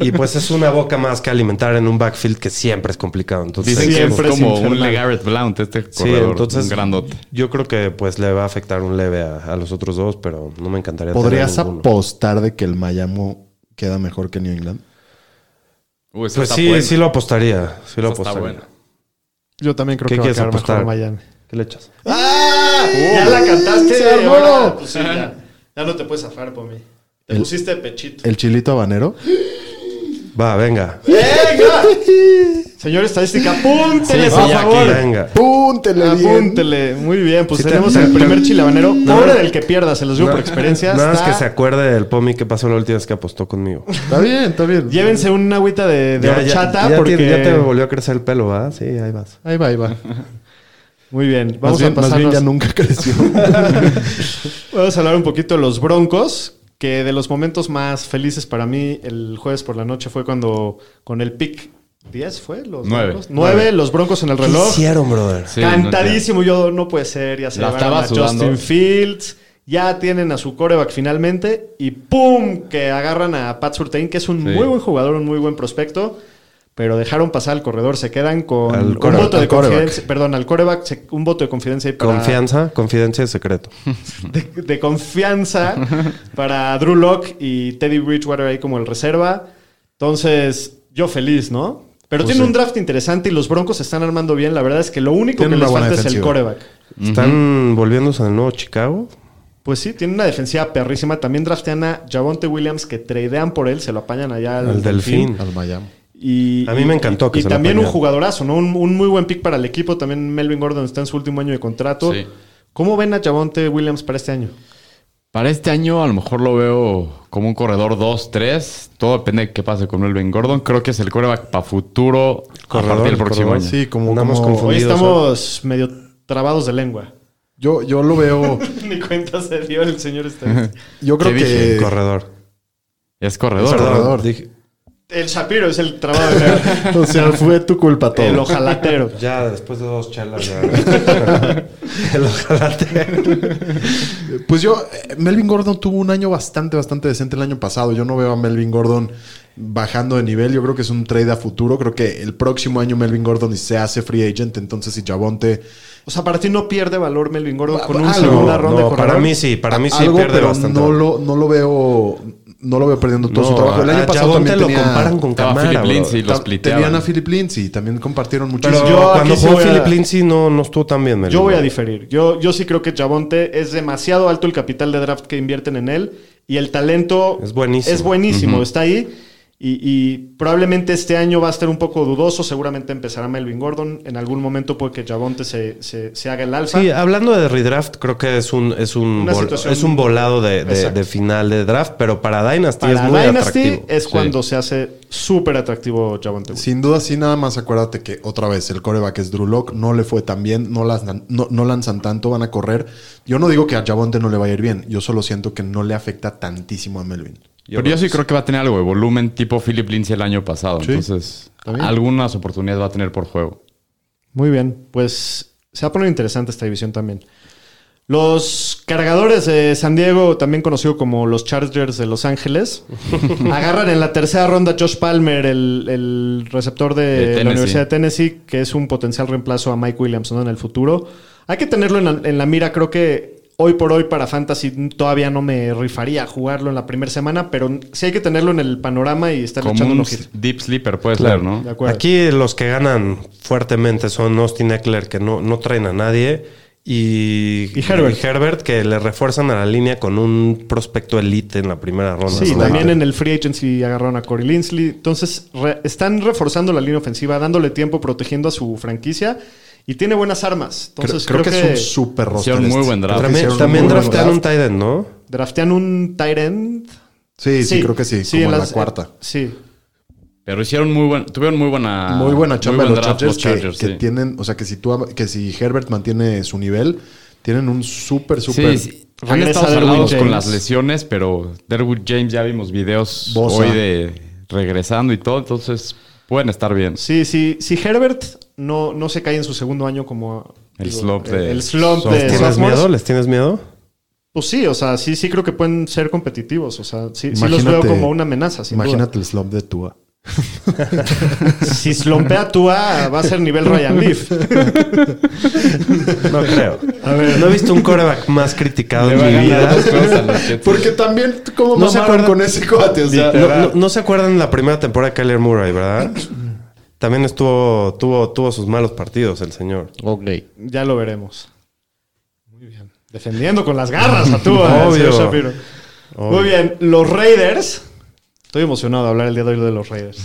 [SPEAKER 5] Y pues es una boca más que alimentar en un backfield que siempre es complicado. Entonces,
[SPEAKER 3] Dicen
[SPEAKER 2] Sí,
[SPEAKER 3] que es
[SPEAKER 2] siempre es
[SPEAKER 3] como un
[SPEAKER 2] infernal.
[SPEAKER 3] Legarrette Blount este corredor.
[SPEAKER 5] sí, entonces
[SPEAKER 3] un grandote.
[SPEAKER 5] yo creo que pues le va a afectar un leve a, a los otros dos, pero no me encantaría. tener
[SPEAKER 4] ¿Podrías
[SPEAKER 5] ninguno.
[SPEAKER 4] apostar de que el Miami queda mejor que New England?
[SPEAKER 3] Uh, eso
[SPEAKER 5] Pues
[SPEAKER 3] está
[SPEAKER 5] sí,
[SPEAKER 3] bueno.
[SPEAKER 5] sí lo apostaría. Sí lo
[SPEAKER 3] Eso está
[SPEAKER 5] apostaría.
[SPEAKER 3] bueno.
[SPEAKER 2] Yo también creo
[SPEAKER 5] ¿Qué
[SPEAKER 2] que va a
[SPEAKER 5] quieres
[SPEAKER 2] quedar mejor
[SPEAKER 5] apostar? Uh.
[SPEAKER 2] Miami.
[SPEAKER 5] ¿Qué le echas?
[SPEAKER 2] Ya la cantaste.
[SPEAKER 4] se armó.
[SPEAKER 2] ahora, pues sí, ya, ya no te puedes zafar por mí. Te pusiste pechito.
[SPEAKER 4] ¿El chilito habanero?
[SPEAKER 5] Va, venga.
[SPEAKER 2] Señor estadística, apúntele,
[SPEAKER 3] Sí,
[SPEAKER 2] por
[SPEAKER 3] sí, ya
[SPEAKER 2] favor.
[SPEAKER 3] aquí.
[SPEAKER 5] Venga.
[SPEAKER 4] ¡Púntele bien!
[SPEAKER 2] Apúntele. Muy bien, pues
[SPEAKER 5] Sí, te-
[SPEAKER 2] tenemos
[SPEAKER 5] te-
[SPEAKER 2] el
[SPEAKER 5] te-
[SPEAKER 2] primer chilabanero.
[SPEAKER 5] No.
[SPEAKER 2] Pobre del que pierda, se los digo por experiencia.
[SPEAKER 5] Nada más
[SPEAKER 2] está-
[SPEAKER 5] que se acuerde del Pomi que pasó la última vez que apostó conmigo.
[SPEAKER 4] Está bien, está bien.
[SPEAKER 2] Llévense una agüita de, de
[SPEAKER 5] Ya, ya-
[SPEAKER 2] horchata
[SPEAKER 5] ya,
[SPEAKER 2] porque...
[SPEAKER 5] te, ya te volvió a crecer el pelo, ¿va? Sí, ahí vas.
[SPEAKER 4] Ahí va, ahí va.
[SPEAKER 2] Muy bien,
[SPEAKER 4] Más
[SPEAKER 2] vamos
[SPEAKER 4] bien,
[SPEAKER 2] a
[SPEAKER 4] más bien
[SPEAKER 2] pasarnos-
[SPEAKER 4] ya nunca creció.
[SPEAKER 2] Vamos a hablar un poquito de los Broncos, que de los momentos más felices para mí el jueves por la noche fue cuando con el pick 10 fue los
[SPEAKER 3] Nueve.
[SPEAKER 2] Broncos. 9, los Broncos en el reloj.
[SPEAKER 5] hicieron, brother?
[SPEAKER 3] Sí,
[SPEAKER 2] Cantadísimo, yo no puede ser, ya se
[SPEAKER 3] La
[SPEAKER 2] llevaron
[SPEAKER 3] estaba
[SPEAKER 2] a
[SPEAKER 3] sudando.
[SPEAKER 2] Justin Fields, ya tienen a su coreback finalmente y ¡pum! que agarran a Pat Surtain, que es un
[SPEAKER 3] Sí.
[SPEAKER 2] muy buen jugador, un muy buen prospecto. pero dejaron pasar al corredor. Se quedan con
[SPEAKER 5] Al
[SPEAKER 2] un
[SPEAKER 5] coreback,
[SPEAKER 2] voto de
[SPEAKER 5] al coreback.
[SPEAKER 2] confidencia. Perdón, al coreback, se- un voto de confidencia. y para-
[SPEAKER 5] Confianza, confidencia y secreto.
[SPEAKER 2] de, de confianza para Drew Locke y Teddy Bridgewater ahí como el reserva. Entonces, yo feliz, ¿no? Pero
[SPEAKER 3] Pues
[SPEAKER 2] tiene un draft interesante y los Broncos se están armando bien. La verdad es que lo único
[SPEAKER 4] Tienen
[SPEAKER 2] que
[SPEAKER 4] una
[SPEAKER 2] les
[SPEAKER 4] buena
[SPEAKER 2] falta es el
[SPEAKER 4] defensiva.
[SPEAKER 2] coreback.
[SPEAKER 5] ¿Están volviéndose al nuevo Chicago?
[SPEAKER 2] Pues sí, tiene una defensiva perrísima. También draftean a Javonte Williams que tradean por él, se lo apañan allá al
[SPEAKER 5] Al Delfín.
[SPEAKER 4] Al Miami.
[SPEAKER 2] Y,
[SPEAKER 5] A mí me encantó que
[SPEAKER 2] y,
[SPEAKER 5] se
[SPEAKER 2] y
[SPEAKER 5] lo
[SPEAKER 2] también un
[SPEAKER 5] apañaran.
[SPEAKER 2] jugadorazo, ¿no? Un, un muy buen pick para el equipo. También Melvin Gordon está en su último año de contrato.
[SPEAKER 3] Sí.
[SPEAKER 2] ¿Cómo ven a Javonte Williams para este año?
[SPEAKER 3] Para este año a lo mejor lo veo como un corredor 2-3. Todo depende de qué pase con Melvin Gordon. Creo que es el coreback para futuro a
[SPEAKER 5] Corredor,
[SPEAKER 3] partir del
[SPEAKER 5] el
[SPEAKER 3] próximo
[SPEAKER 5] corredor,
[SPEAKER 3] año.
[SPEAKER 4] Sí, como,
[SPEAKER 5] Andamos
[SPEAKER 4] como-
[SPEAKER 5] confundidos. ¿eh?
[SPEAKER 2] Hoy
[SPEAKER 5] Fundidos,
[SPEAKER 2] estamos medio trabados de lengua.
[SPEAKER 4] Yo, yo lo veo.
[SPEAKER 2] Ni cuenta se dio el señor este. Esteves.
[SPEAKER 4] Yo creo
[SPEAKER 3] ¿Qué
[SPEAKER 2] eh,
[SPEAKER 3] dije?
[SPEAKER 4] que.
[SPEAKER 5] Corredor.
[SPEAKER 3] Es corredor.
[SPEAKER 4] Perdón. Corredor.
[SPEAKER 5] dije-
[SPEAKER 2] el Shapiro es el trabajo de lengua.
[SPEAKER 4] O sea, fue tu culpa todo.
[SPEAKER 2] El ojalatero.
[SPEAKER 5] ya después de dos chelas. ya. El ojalate.
[SPEAKER 4] Pues yo, eh, Melvin Gordon tuvo un año bastante, bastante decente el año pasado. Yo no veo a Melvin Gordon bajando de nivel. Yo creo que es un trade a futuro. Creo que el próximo año Melvin Gordon se hace free agent. Entonces, si Javonte
[SPEAKER 2] O sea, para ti no pierde valor Melvin Gordon con una
[SPEAKER 4] algo,
[SPEAKER 2] segunda
[SPEAKER 5] No,
[SPEAKER 2] ronda de
[SPEAKER 5] no, para
[SPEAKER 2] corredor?
[SPEAKER 5] mí sí, para mí sí
[SPEAKER 4] algo,
[SPEAKER 5] pierde
[SPEAKER 4] pero
[SPEAKER 5] bastante.
[SPEAKER 4] no lo, no lo veo, no lo veo perdiendo todo su
[SPEAKER 5] No,
[SPEAKER 4] trabajo. El
[SPEAKER 5] a
[SPEAKER 4] año pasado
[SPEAKER 5] Javonte
[SPEAKER 4] también
[SPEAKER 5] lo
[SPEAKER 4] tenía-
[SPEAKER 5] comparan con
[SPEAKER 3] Estaba
[SPEAKER 5] Camara.
[SPEAKER 3] Philip
[SPEAKER 5] bro.
[SPEAKER 3] Lindsay y los
[SPEAKER 4] ta- tenían
[SPEAKER 3] pliteaban.
[SPEAKER 4] a Philip Lindsay. También compartieron muchísimo.
[SPEAKER 5] Pero
[SPEAKER 2] Yo aquí
[SPEAKER 5] cuando
[SPEAKER 2] sí
[SPEAKER 5] jugó
[SPEAKER 2] voy a-
[SPEAKER 5] Philip Lindsay no, no estuvo tan bien. Mel.
[SPEAKER 2] Yo voy a diferir. Yo, yo sí creo que Javonte es demasiado alto el capital de draft que invierten en él y el talento
[SPEAKER 5] Es buenísimo.
[SPEAKER 2] es buenísimo, está ahí. Y, y probablemente este año va a estar un poco dudoso. Seguramente empezará Melvin Gordon. En algún momento puede que Javonte se, se- se haga el alfa.
[SPEAKER 5] Sí, hablando de redraft, creo que es un, es un,
[SPEAKER 2] Una
[SPEAKER 5] vol-
[SPEAKER 2] situación-
[SPEAKER 5] es un volado de, de-
[SPEAKER 2] Exacto.
[SPEAKER 5] de final de draft, pero para Dynasty
[SPEAKER 2] Para
[SPEAKER 5] es muy
[SPEAKER 2] Dynasty
[SPEAKER 5] atractivo.
[SPEAKER 2] es
[SPEAKER 3] Sí.
[SPEAKER 2] cuando se hace súper atractivo Javonte. Williams.
[SPEAKER 4] Sin duda, sí, nada más acuérdate que otra vez el coreback es Drew Lock, no le fue tan bien, no, las- no, no lanzan tanto, van a correr. Yo no digo que a Javonte no le vaya a ir bien, yo solo siento que no le afecta tantísimo a Melvin.
[SPEAKER 3] Pero yo sí creo que va a tener algo de volumen tipo Philip Lindsay el año pasado.
[SPEAKER 4] Sí,
[SPEAKER 3] Entonces,
[SPEAKER 4] está bien.
[SPEAKER 3] algunas oportunidades va a tener por juego.
[SPEAKER 2] Muy bien, pues se va a poner interesante esta división también. Los cargadores de San Diego, también conocido como los Chargers de Los Ángeles, agarran en la tercera ronda a Josh Palmer, el, el receptor de,
[SPEAKER 3] De Tennessee.
[SPEAKER 2] la Universidad de Tennessee, que es un potencial reemplazo a Mike Williams ¿no? en el futuro. Hay que tenerlo en la, en la mira, creo que hoy por hoy para Fantasy todavía no me rifaría a jugarlo en la primera semana, pero sí hay que tenerlo en el panorama y estarle
[SPEAKER 3] Como
[SPEAKER 2] echando un
[SPEAKER 3] un
[SPEAKER 2] ojito.
[SPEAKER 3] deep sleeper puede
[SPEAKER 5] Claro.
[SPEAKER 3] ser, ¿no?
[SPEAKER 2] De acuerdo.
[SPEAKER 5] Aquí los que ganan fuertemente son Austin Eckler, que no, no traen a nadie, y,
[SPEAKER 2] Y Herbert.
[SPEAKER 5] que le refuerzan a la línea con un prospecto elite en la primera ronda.
[SPEAKER 2] Sí,
[SPEAKER 5] ¿no?
[SPEAKER 2] también en el free agency agarraron a Corey Linsley. Entonces, re- están reforzando la línea ofensiva, dándole tiempo, protegiendo a su franquicia y tiene buenas armas. Entonces,
[SPEAKER 4] creo,
[SPEAKER 2] creo,
[SPEAKER 4] creo que, es un
[SPEAKER 2] que,
[SPEAKER 4] super roster.
[SPEAKER 3] Hicieron muy
[SPEAKER 4] este.
[SPEAKER 3] buen draft.
[SPEAKER 4] Creo que
[SPEAKER 5] También,
[SPEAKER 4] hicieron
[SPEAKER 5] también
[SPEAKER 4] un muy buen
[SPEAKER 5] draftearon un
[SPEAKER 4] draft.
[SPEAKER 5] tight end, ¿no?
[SPEAKER 2] draftean un tight end.
[SPEAKER 4] Sí, sí, creo que sí, eh, como en
[SPEAKER 2] en
[SPEAKER 4] la
[SPEAKER 2] las-
[SPEAKER 4] cuarta.
[SPEAKER 2] Sí.
[SPEAKER 3] Pero hicieron muy buen, tuvieron muy buena.
[SPEAKER 4] Muy buena chamba
[SPEAKER 3] Ah, muy buen
[SPEAKER 4] de los
[SPEAKER 3] draft
[SPEAKER 4] Chargers, que- que,
[SPEAKER 3] sí.
[SPEAKER 4] tienen, o sea, que si, tú, que si Herbert mantiene su nivel, tienen un súper, súper...
[SPEAKER 3] Sí, sí. Han
[SPEAKER 2] Regresa
[SPEAKER 3] estado
[SPEAKER 2] Derwin
[SPEAKER 3] salados con
[SPEAKER 2] James.
[SPEAKER 3] las lesiones, pero Derwood James ya vimos videos
[SPEAKER 4] Bosa.
[SPEAKER 3] hoy de regresando y todo, entonces pueden estar bien.
[SPEAKER 2] Sí, sí. Si Herbert no, no se cae en su segundo año como...
[SPEAKER 3] El slump
[SPEAKER 2] el-
[SPEAKER 3] de
[SPEAKER 2] El slump
[SPEAKER 3] sophomores.
[SPEAKER 2] de
[SPEAKER 5] ¿Les tienes
[SPEAKER 2] sophomores,
[SPEAKER 5] miedo? ¿Les tienes miedo?
[SPEAKER 2] Pues sí, o sea, sí, sí creo que pueden ser competitivos. O sea, sí, sí los veo
[SPEAKER 4] Imagínate-
[SPEAKER 2] como una amenaza, sin
[SPEAKER 4] Imagínate el slump de Tua.
[SPEAKER 2] duda. Si slompea Tua, va a ser nivel Ryan Leaf.
[SPEAKER 5] No creo. no he visto un coreback más criticado
[SPEAKER 3] Le
[SPEAKER 5] en
[SPEAKER 3] va a
[SPEAKER 5] mi vida.
[SPEAKER 3] ganar dos cosas a los Jets.
[SPEAKER 4] Porque también, como no
[SPEAKER 5] No se
[SPEAKER 4] se
[SPEAKER 5] acuerdan-
[SPEAKER 4] con ese cuate? O sea,
[SPEAKER 5] No, no- no se acuerdan la primera temporada de Kyler Murray, ¿verdad? También estuvo, tuvo, tuvo sus malos partidos el señor.
[SPEAKER 2] Ya lo veremos. Muy bien. Defendiendo con las garras a tú, eh, señor
[SPEAKER 5] Obvio.
[SPEAKER 2] Shapiro.
[SPEAKER 5] Obvio.
[SPEAKER 2] Muy bien. Los Raiders. Estoy emocionado de hablar el día de hoy de los Raiders.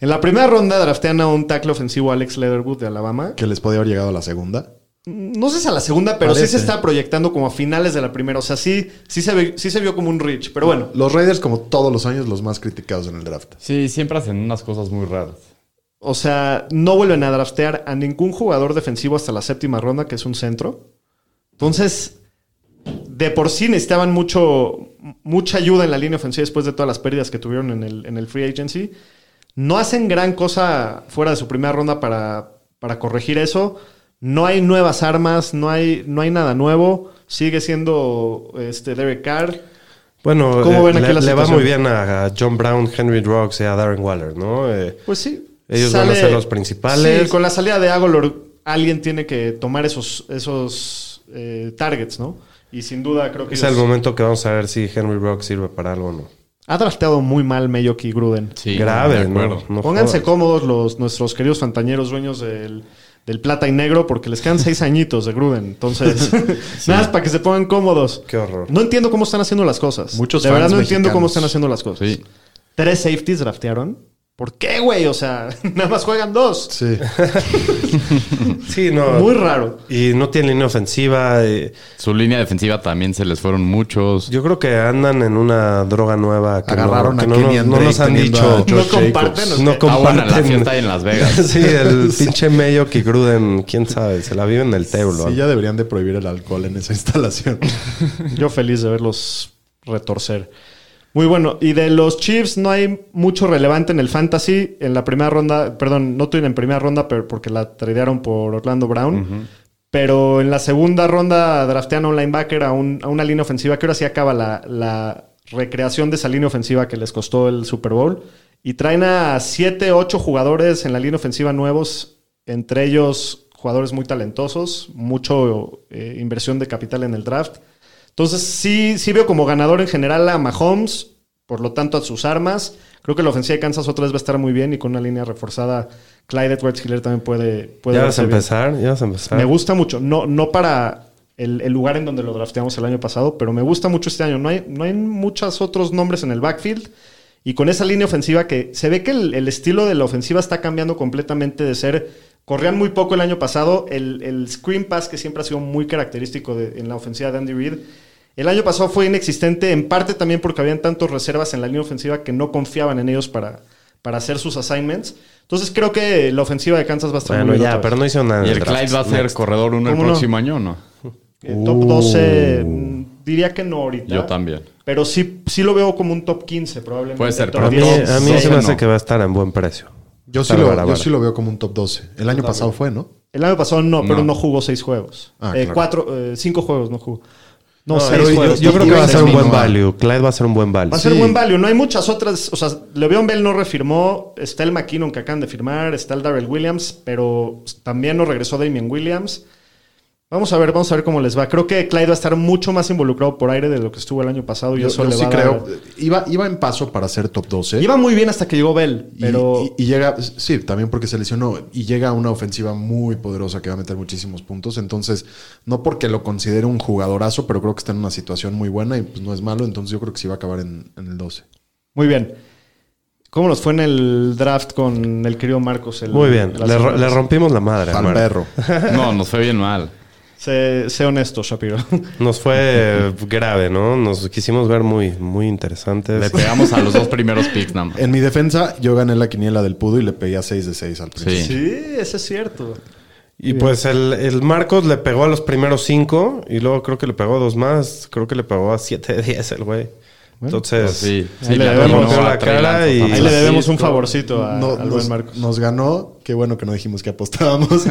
[SPEAKER 2] en la primera ronda draftean a un tackle ofensivo Alex Leatherwood de Alabama.
[SPEAKER 4] que les podía haber llegado a la segunda.
[SPEAKER 2] No sé si a la segunda, pero sí
[SPEAKER 4] Parece.
[SPEAKER 2] se está proyectando como a finales de la primera. O sea, sí, sí, se, ve- sí se vio como un reach. Pero bueno,
[SPEAKER 4] Los Raiders, como todos los años, los más criticados en el draft.
[SPEAKER 3] Sí, siempre hacen unas cosas muy raras.
[SPEAKER 2] o sea, no vuelven a draftear a ningún jugador defensivo hasta la séptima ronda, que es un centro. Entonces, de por sí necesitaban mucho, mucha ayuda en la línea ofensiva después de todas las pérdidas que tuvieron en el, en el free agency. No hacen gran cosa fuera de su primera ronda para, para corregir eso. No hay nuevas armas, no hay, no hay nada nuevo. Sigue siendo este Derek Carr.
[SPEAKER 5] Bueno,
[SPEAKER 2] ¿Cómo
[SPEAKER 5] eh,
[SPEAKER 2] ven aquí
[SPEAKER 5] le,
[SPEAKER 2] la
[SPEAKER 5] le va
[SPEAKER 2] situación?
[SPEAKER 5] muy bien a, a John Brown, Henry Rocks y a Darren Waller, ¿no? Eh,
[SPEAKER 2] Pues sí,
[SPEAKER 5] Ellos
[SPEAKER 2] sale-
[SPEAKER 5] van a ser los principales.
[SPEAKER 2] Sí, con la salida de Agolor, alguien tiene que tomar esos, esos eh, targets, ¿no? Y sin duda creo que.
[SPEAKER 5] Es
[SPEAKER 2] ellos-
[SPEAKER 5] el momento que vamos a ver si Henry Brock sirve para algo o no.
[SPEAKER 2] Ha drafteado muy mal Mayock y Gruden.
[SPEAKER 3] Sí,
[SPEAKER 5] Grave,
[SPEAKER 3] de acuerdo.
[SPEAKER 5] ¿no? no
[SPEAKER 2] Pónganse
[SPEAKER 5] jodas.
[SPEAKER 2] cómodos los, nuestros queridos fantañeros dueños del, del plata y negro porque les quedan seis añitos de Gruden. Entonces, nada más para que se pongan cómodos.
[SPEAKER 5] Qué horror.
[SPEAKER 2] No entiendo cómo están haciendo las cosas.
[SPEAKER 4] Muchos
[SPEAKER 2] De verdad
[SPEAKER 4] fans
[SPEAKER 2] no entiendo cómo
[SPEAKER 4] mexicanos.
[SPEAKER 2] están haciendo las cosas.
[SPEAKER 3] Sí.
[SPEAKER 2] Tres safeties draftearon. ¿Por qué, güey? O sea, nada más juegan dos.
[SPEAKER 4] Sí.
[SPEAKER 5] Sí, no.
[SPEAKER 2] Muy raro.
[SPEAKER 5] Y no tiene línea ofensiva. eh,
[SPEAKER 3] Su línea defensiva también se les fueron muchos.
[SPEAKER 5] Yo creo que andan en una droga nueva. Que no-
[SPEAKER 4] Agarraron
[SPEAKER 5] que
[SPEAKER 4] a
[SPEAKER 5] no,
[SPEAKER 4] Kenyan
[SPEAKER 5] no,
[SPEAKER 4] Drake
[SPEAKER 5] nos han
[SPEAKER 4] teniendo
[SPEAKER 5] dicho.
[SPEAKER 4] a Josh
[SPEAKER 2] No comparten,
[SPEAKER 4] Jacobs.
[SPEAKER 2] o sea,
[SPEAKER 5] No
[SPEAKER 3] Ah, bueno, la
[SPEAKER 5] comparten.
[SPEAKER 3] fiesta ahí en Las Vegas.
[SPEAKER 5] sí, el pinche Mayo que Gruden, quién sabe, se la vive en el table.
[SPEAKER 4] Sí, ya deberían de prohibir el alcohol en esa instalación.
[SPEAKER 2] Yo feliz de verlos retorcer. Muy bueno. Y de los Chiefs no hay mucho relevante en el fantasy. En la primera ronda, perdón, no tuvieron en primera ronda pero porque la tradearon por Orlando Brown. Pero en la segunda ronda draftean a un linebacker, a, un- a una línea ofensiva, que ahora sí acaba la, la recreación de esa línea ofensiva que les costó el Super Bowl. Y traen a 7, 8 jugadores en la línea ofensiva nuevos, entre ellos jugadores muy talentosos, mucho eh, inversión de capital en el draft. Entonces sí, sí veo como ganador en general a Mahomes, por lo tanto a sus armas. Creo que la ofensiva de Kansas otra vez va a estar muy bien y con una línea reforzada, Clyde Edwards Hiller también puede... puede
[SPEAKER 5] Ya vas
[SPEAKER 2] verse
[SPEAKER 5] a
[SPEAKER 2] bien.
[SPEAKER 5] empezar, ya vas a empezar.
[SPEAKER 2] Me gusta mucho, no, no para el, el lugar en donde lo drafteamos el año pasado, pero me gusta mucho este año. No hay, no hay muchos otros nombres en el backfield. Y con esa línea ofensiva que se ve que el, el estilo de la ofensiva está cambiando completamente de ser. Corrían muy poco el año pasado. El, el screen pass, que siempre ha sido muy característico de- en la ofensiva de Andy Reid, el año pasado fue inexistente, en parte también porque habían tantas reservas en la línea ofensiva que no confiaban en ellos para, para hacer sus assignments. Entonces creo que la ofensiva de Kansas va a estar
[SPEAKER 5] Bueno,
[SPEAKER 2] muy bien
[SPEAKER 5] ya,
[SPEAKER 2] otra vez.
[SPEAKER 5] pero no hizo nada. en
[SPEAKER 3] Y el
[SPEAKER 5] draft.
[SPEAKER 3] Clyde va a ser corredor uno el
[SPEAKER 2] ¿Cómo no?
[SPEAKER 3] próximo año, ¿o ¿no?
[SPEAKER 2] Eh, top 12,
[SPEAKER 5] Uh.
[SPEAKER 2] mm, diría que no ahorita.
[SPEAKER 3] Yo también.
[SPEAKER 2] Pero sí, sí lo veo como un top 15 probablemente.
[SPEAKER 3] Puede ser,
[SPEAKER 2] top
[SPEAKER 5] A mí,
[SPEAKER 2] 10.
[SPEAKER 5] a mí
[SPEAKER 3] Sí,
[SPEAKER 5] se me hace
[SPEAKER 3] no.
[SPEAKER 5] que va a estar en buen precio.
[SPEAKER 4] Yo sí,
[SPEAKER 5] Para,
[SPEAKER 4] lo,
[SPEAKER 5] para,
[SPEAKER 4] yo
[SPEAKER 5] para.
[SPEAKER 4] sí lo veo como un top 12. El año pasado fue, ¿no?
[SPEAKER 2] El año pasado no, pero
[SPEAKER 3] No.
[SPEAKER 2] no jugó 6 juegos.
[SPEAKER 4] Ah,
[SPEAKER 2] Eh,
[SPEAKER 4] claro.
[SPEAKER 2] cuatro, eh, cinco juegos no jugó. No,
[SPEAKER 5] No,
[SPEAKER 2] seis
[SPEAKER 5] yo- yo,
[SPEAKER 2] juegos.
[SPEAKER 5] yo creo que va a ser un buen
[SPEAKER 4] Mínimo.
[SPEAKER 5] value. Clyde va a ser un buen value.
[SPEAKER 2] Va a ser
[SPEAKER 4] Sí.
[SPEAKER 2] buen value. No hay muchas otras. O sea, Le'Veon Bell no refirmó. Está el McKinnon que acaban de firmar. Está el Darrell Williams. Pero también no regresó Damien Williams. Vamos a ver, vamos a ver cómo les va. Creo que Clyde va a estar mucho más involucrado por aire de lo que estuvo el año pasado. Y
[SPEAKER 4] Yo,
[SPEAKER 2] eso
[SPEAKER 4] yo
[SPEAKER 2] le
[SPEAKER 4] sí
[SPEAKER 2] va a dar-
[SPEAKER 4] creo. Iba, iba en paso para ser top 12.
[SPEAKER 2] Iba muy bien hasta que llegó Bell,
[SPEAKER 4] Y-
[SPEAKER 2] pero
[SPEAKER 4] y, y llega, sí, también porque se lesionó y llega a una ofensiva muy poderosa que va a meter muchísimos puntos. Entonces, no porque lo considere un jugadorazo, pero creo que está en una situación muy buena y pues no es malo. Entonces, yo creo que sí va a acabar en, en el 12.
[SPEAKER 2] muy bien. ¿Cómo nos fue en el draft con el querido Marcos? el-
[SPEAKER 5] Muy bien.
[SPEAKER 2] la
[SPEAKER 5] Le, ro-
[SPEAKER 2] semana?
[SPEAKER 5] le rompimos la madre.
[SPEAKER 4] Al
[SPEAKER 5] hermano.
[SPEAKER 4] perro.
[SPEAKER 3] No, nos fue bien mal.
[SPEAKER 2] Sé, sé honesto, Shapiro.
[SPEAKER 5] Nos fue eh, grave, ¿no? Nos quisimos ver muy, muy
[SPEAKER 3] Le
[SPEAKER 5] interesantes.
[SPEAKER 3] pegamos a los dos primeros picks, nada más.
[SPEAKER 4] En mi defensa, yo gané la quiniela del pudo y le pegué a 6 de 6 al principio.
[SPEAKER 3] Sí.
[SPEAKER 2] sí, eso es cierto.
[SPEAKER 5] Y pues el, el Marcos le pegó a los primeros cinco y luego creo que le pegó dos más. Creo que le pegó a siete de diez el güey. Entonces,
[SPEAKER 3] Pues sí, sí,
[SPEAKER 2] Ahí le
[SPEAKER 3] le
[SPEAKER 2] debemos
[SPEAKER 3] ganó
[SPEAKER 5] la
[SPEAKER 3] a Trey
[SPEAKER 5] cara
[SPEAKER 3] Lance,
[SPEAKER 5] y-
[SPEAKER 3] papá.
[SPEAKER 2] Ahí le debemos un
[SPEAKER 4] no-
[SPEAKER 2] favorcito a-
[SPEAKER 4] No,
[SPEAKER 2] Ah, al
[SPEAKER 4] nos,
[SPEAKER 2] buen Marcos.
[SPEAKER 4] nos ganó. Qué bueno que no dijimos que apostábamos.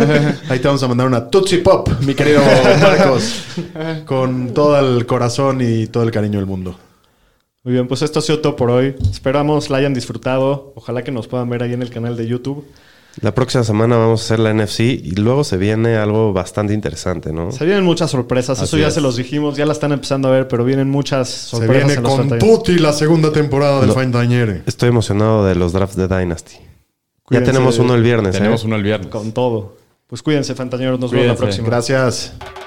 [SPEAKER 4] Ahí te vamos a mandar una Tootsie Pop, mi querido Marcos. con todo el corazón y todo el cariño del mundo.
[SPEAKER 2] Muy bien, pues esto ha sido todo por hoy. Esperamos la hayan disfrutado. Ojalá que nos puedan ver ahí en el canal de YouTube.
[SPEAKER 5] la próxima semana vamos a hacer la NFC y luego se viene algo bastante interesante, ¿no?
[SPEAKER 2] Se vienen muchas sorpresas. eso
[SPEAKER 5] Así
[SPEAKER 2] ya
[SPEAKER 5] es.
[SPEAKER 2] se los dijimos. Ya la están empezando a ver, pero vienen muchas
[SPEAKER 4] Se
[SPEAKER 2] sorpresas.
[SPEAKER 4] viene
[SPEAKER 2] en los
[SPEAKER 4] con
[SPEAKER 2] fantasmas.
[SPEAKER 4] Tutti la segunda temporada del Fantañere.
[SPEAKER 5] Estoy emocionado de los drafts de Dynasty. ya
[SPEAKER 2] Cuídense.
[SPEAKER 5] tenemos uno el viernes. ¿eh?
[SPEAKER 3] Tenemos uno el viernes.
[SPEAKER 2] Con todo. Pues cuídense, fantañeros. Nos vemos la
[SPEAKER 3] Cuídense.
[SPEAKER 2] próxima.
[SPEAKER 4] Gracias.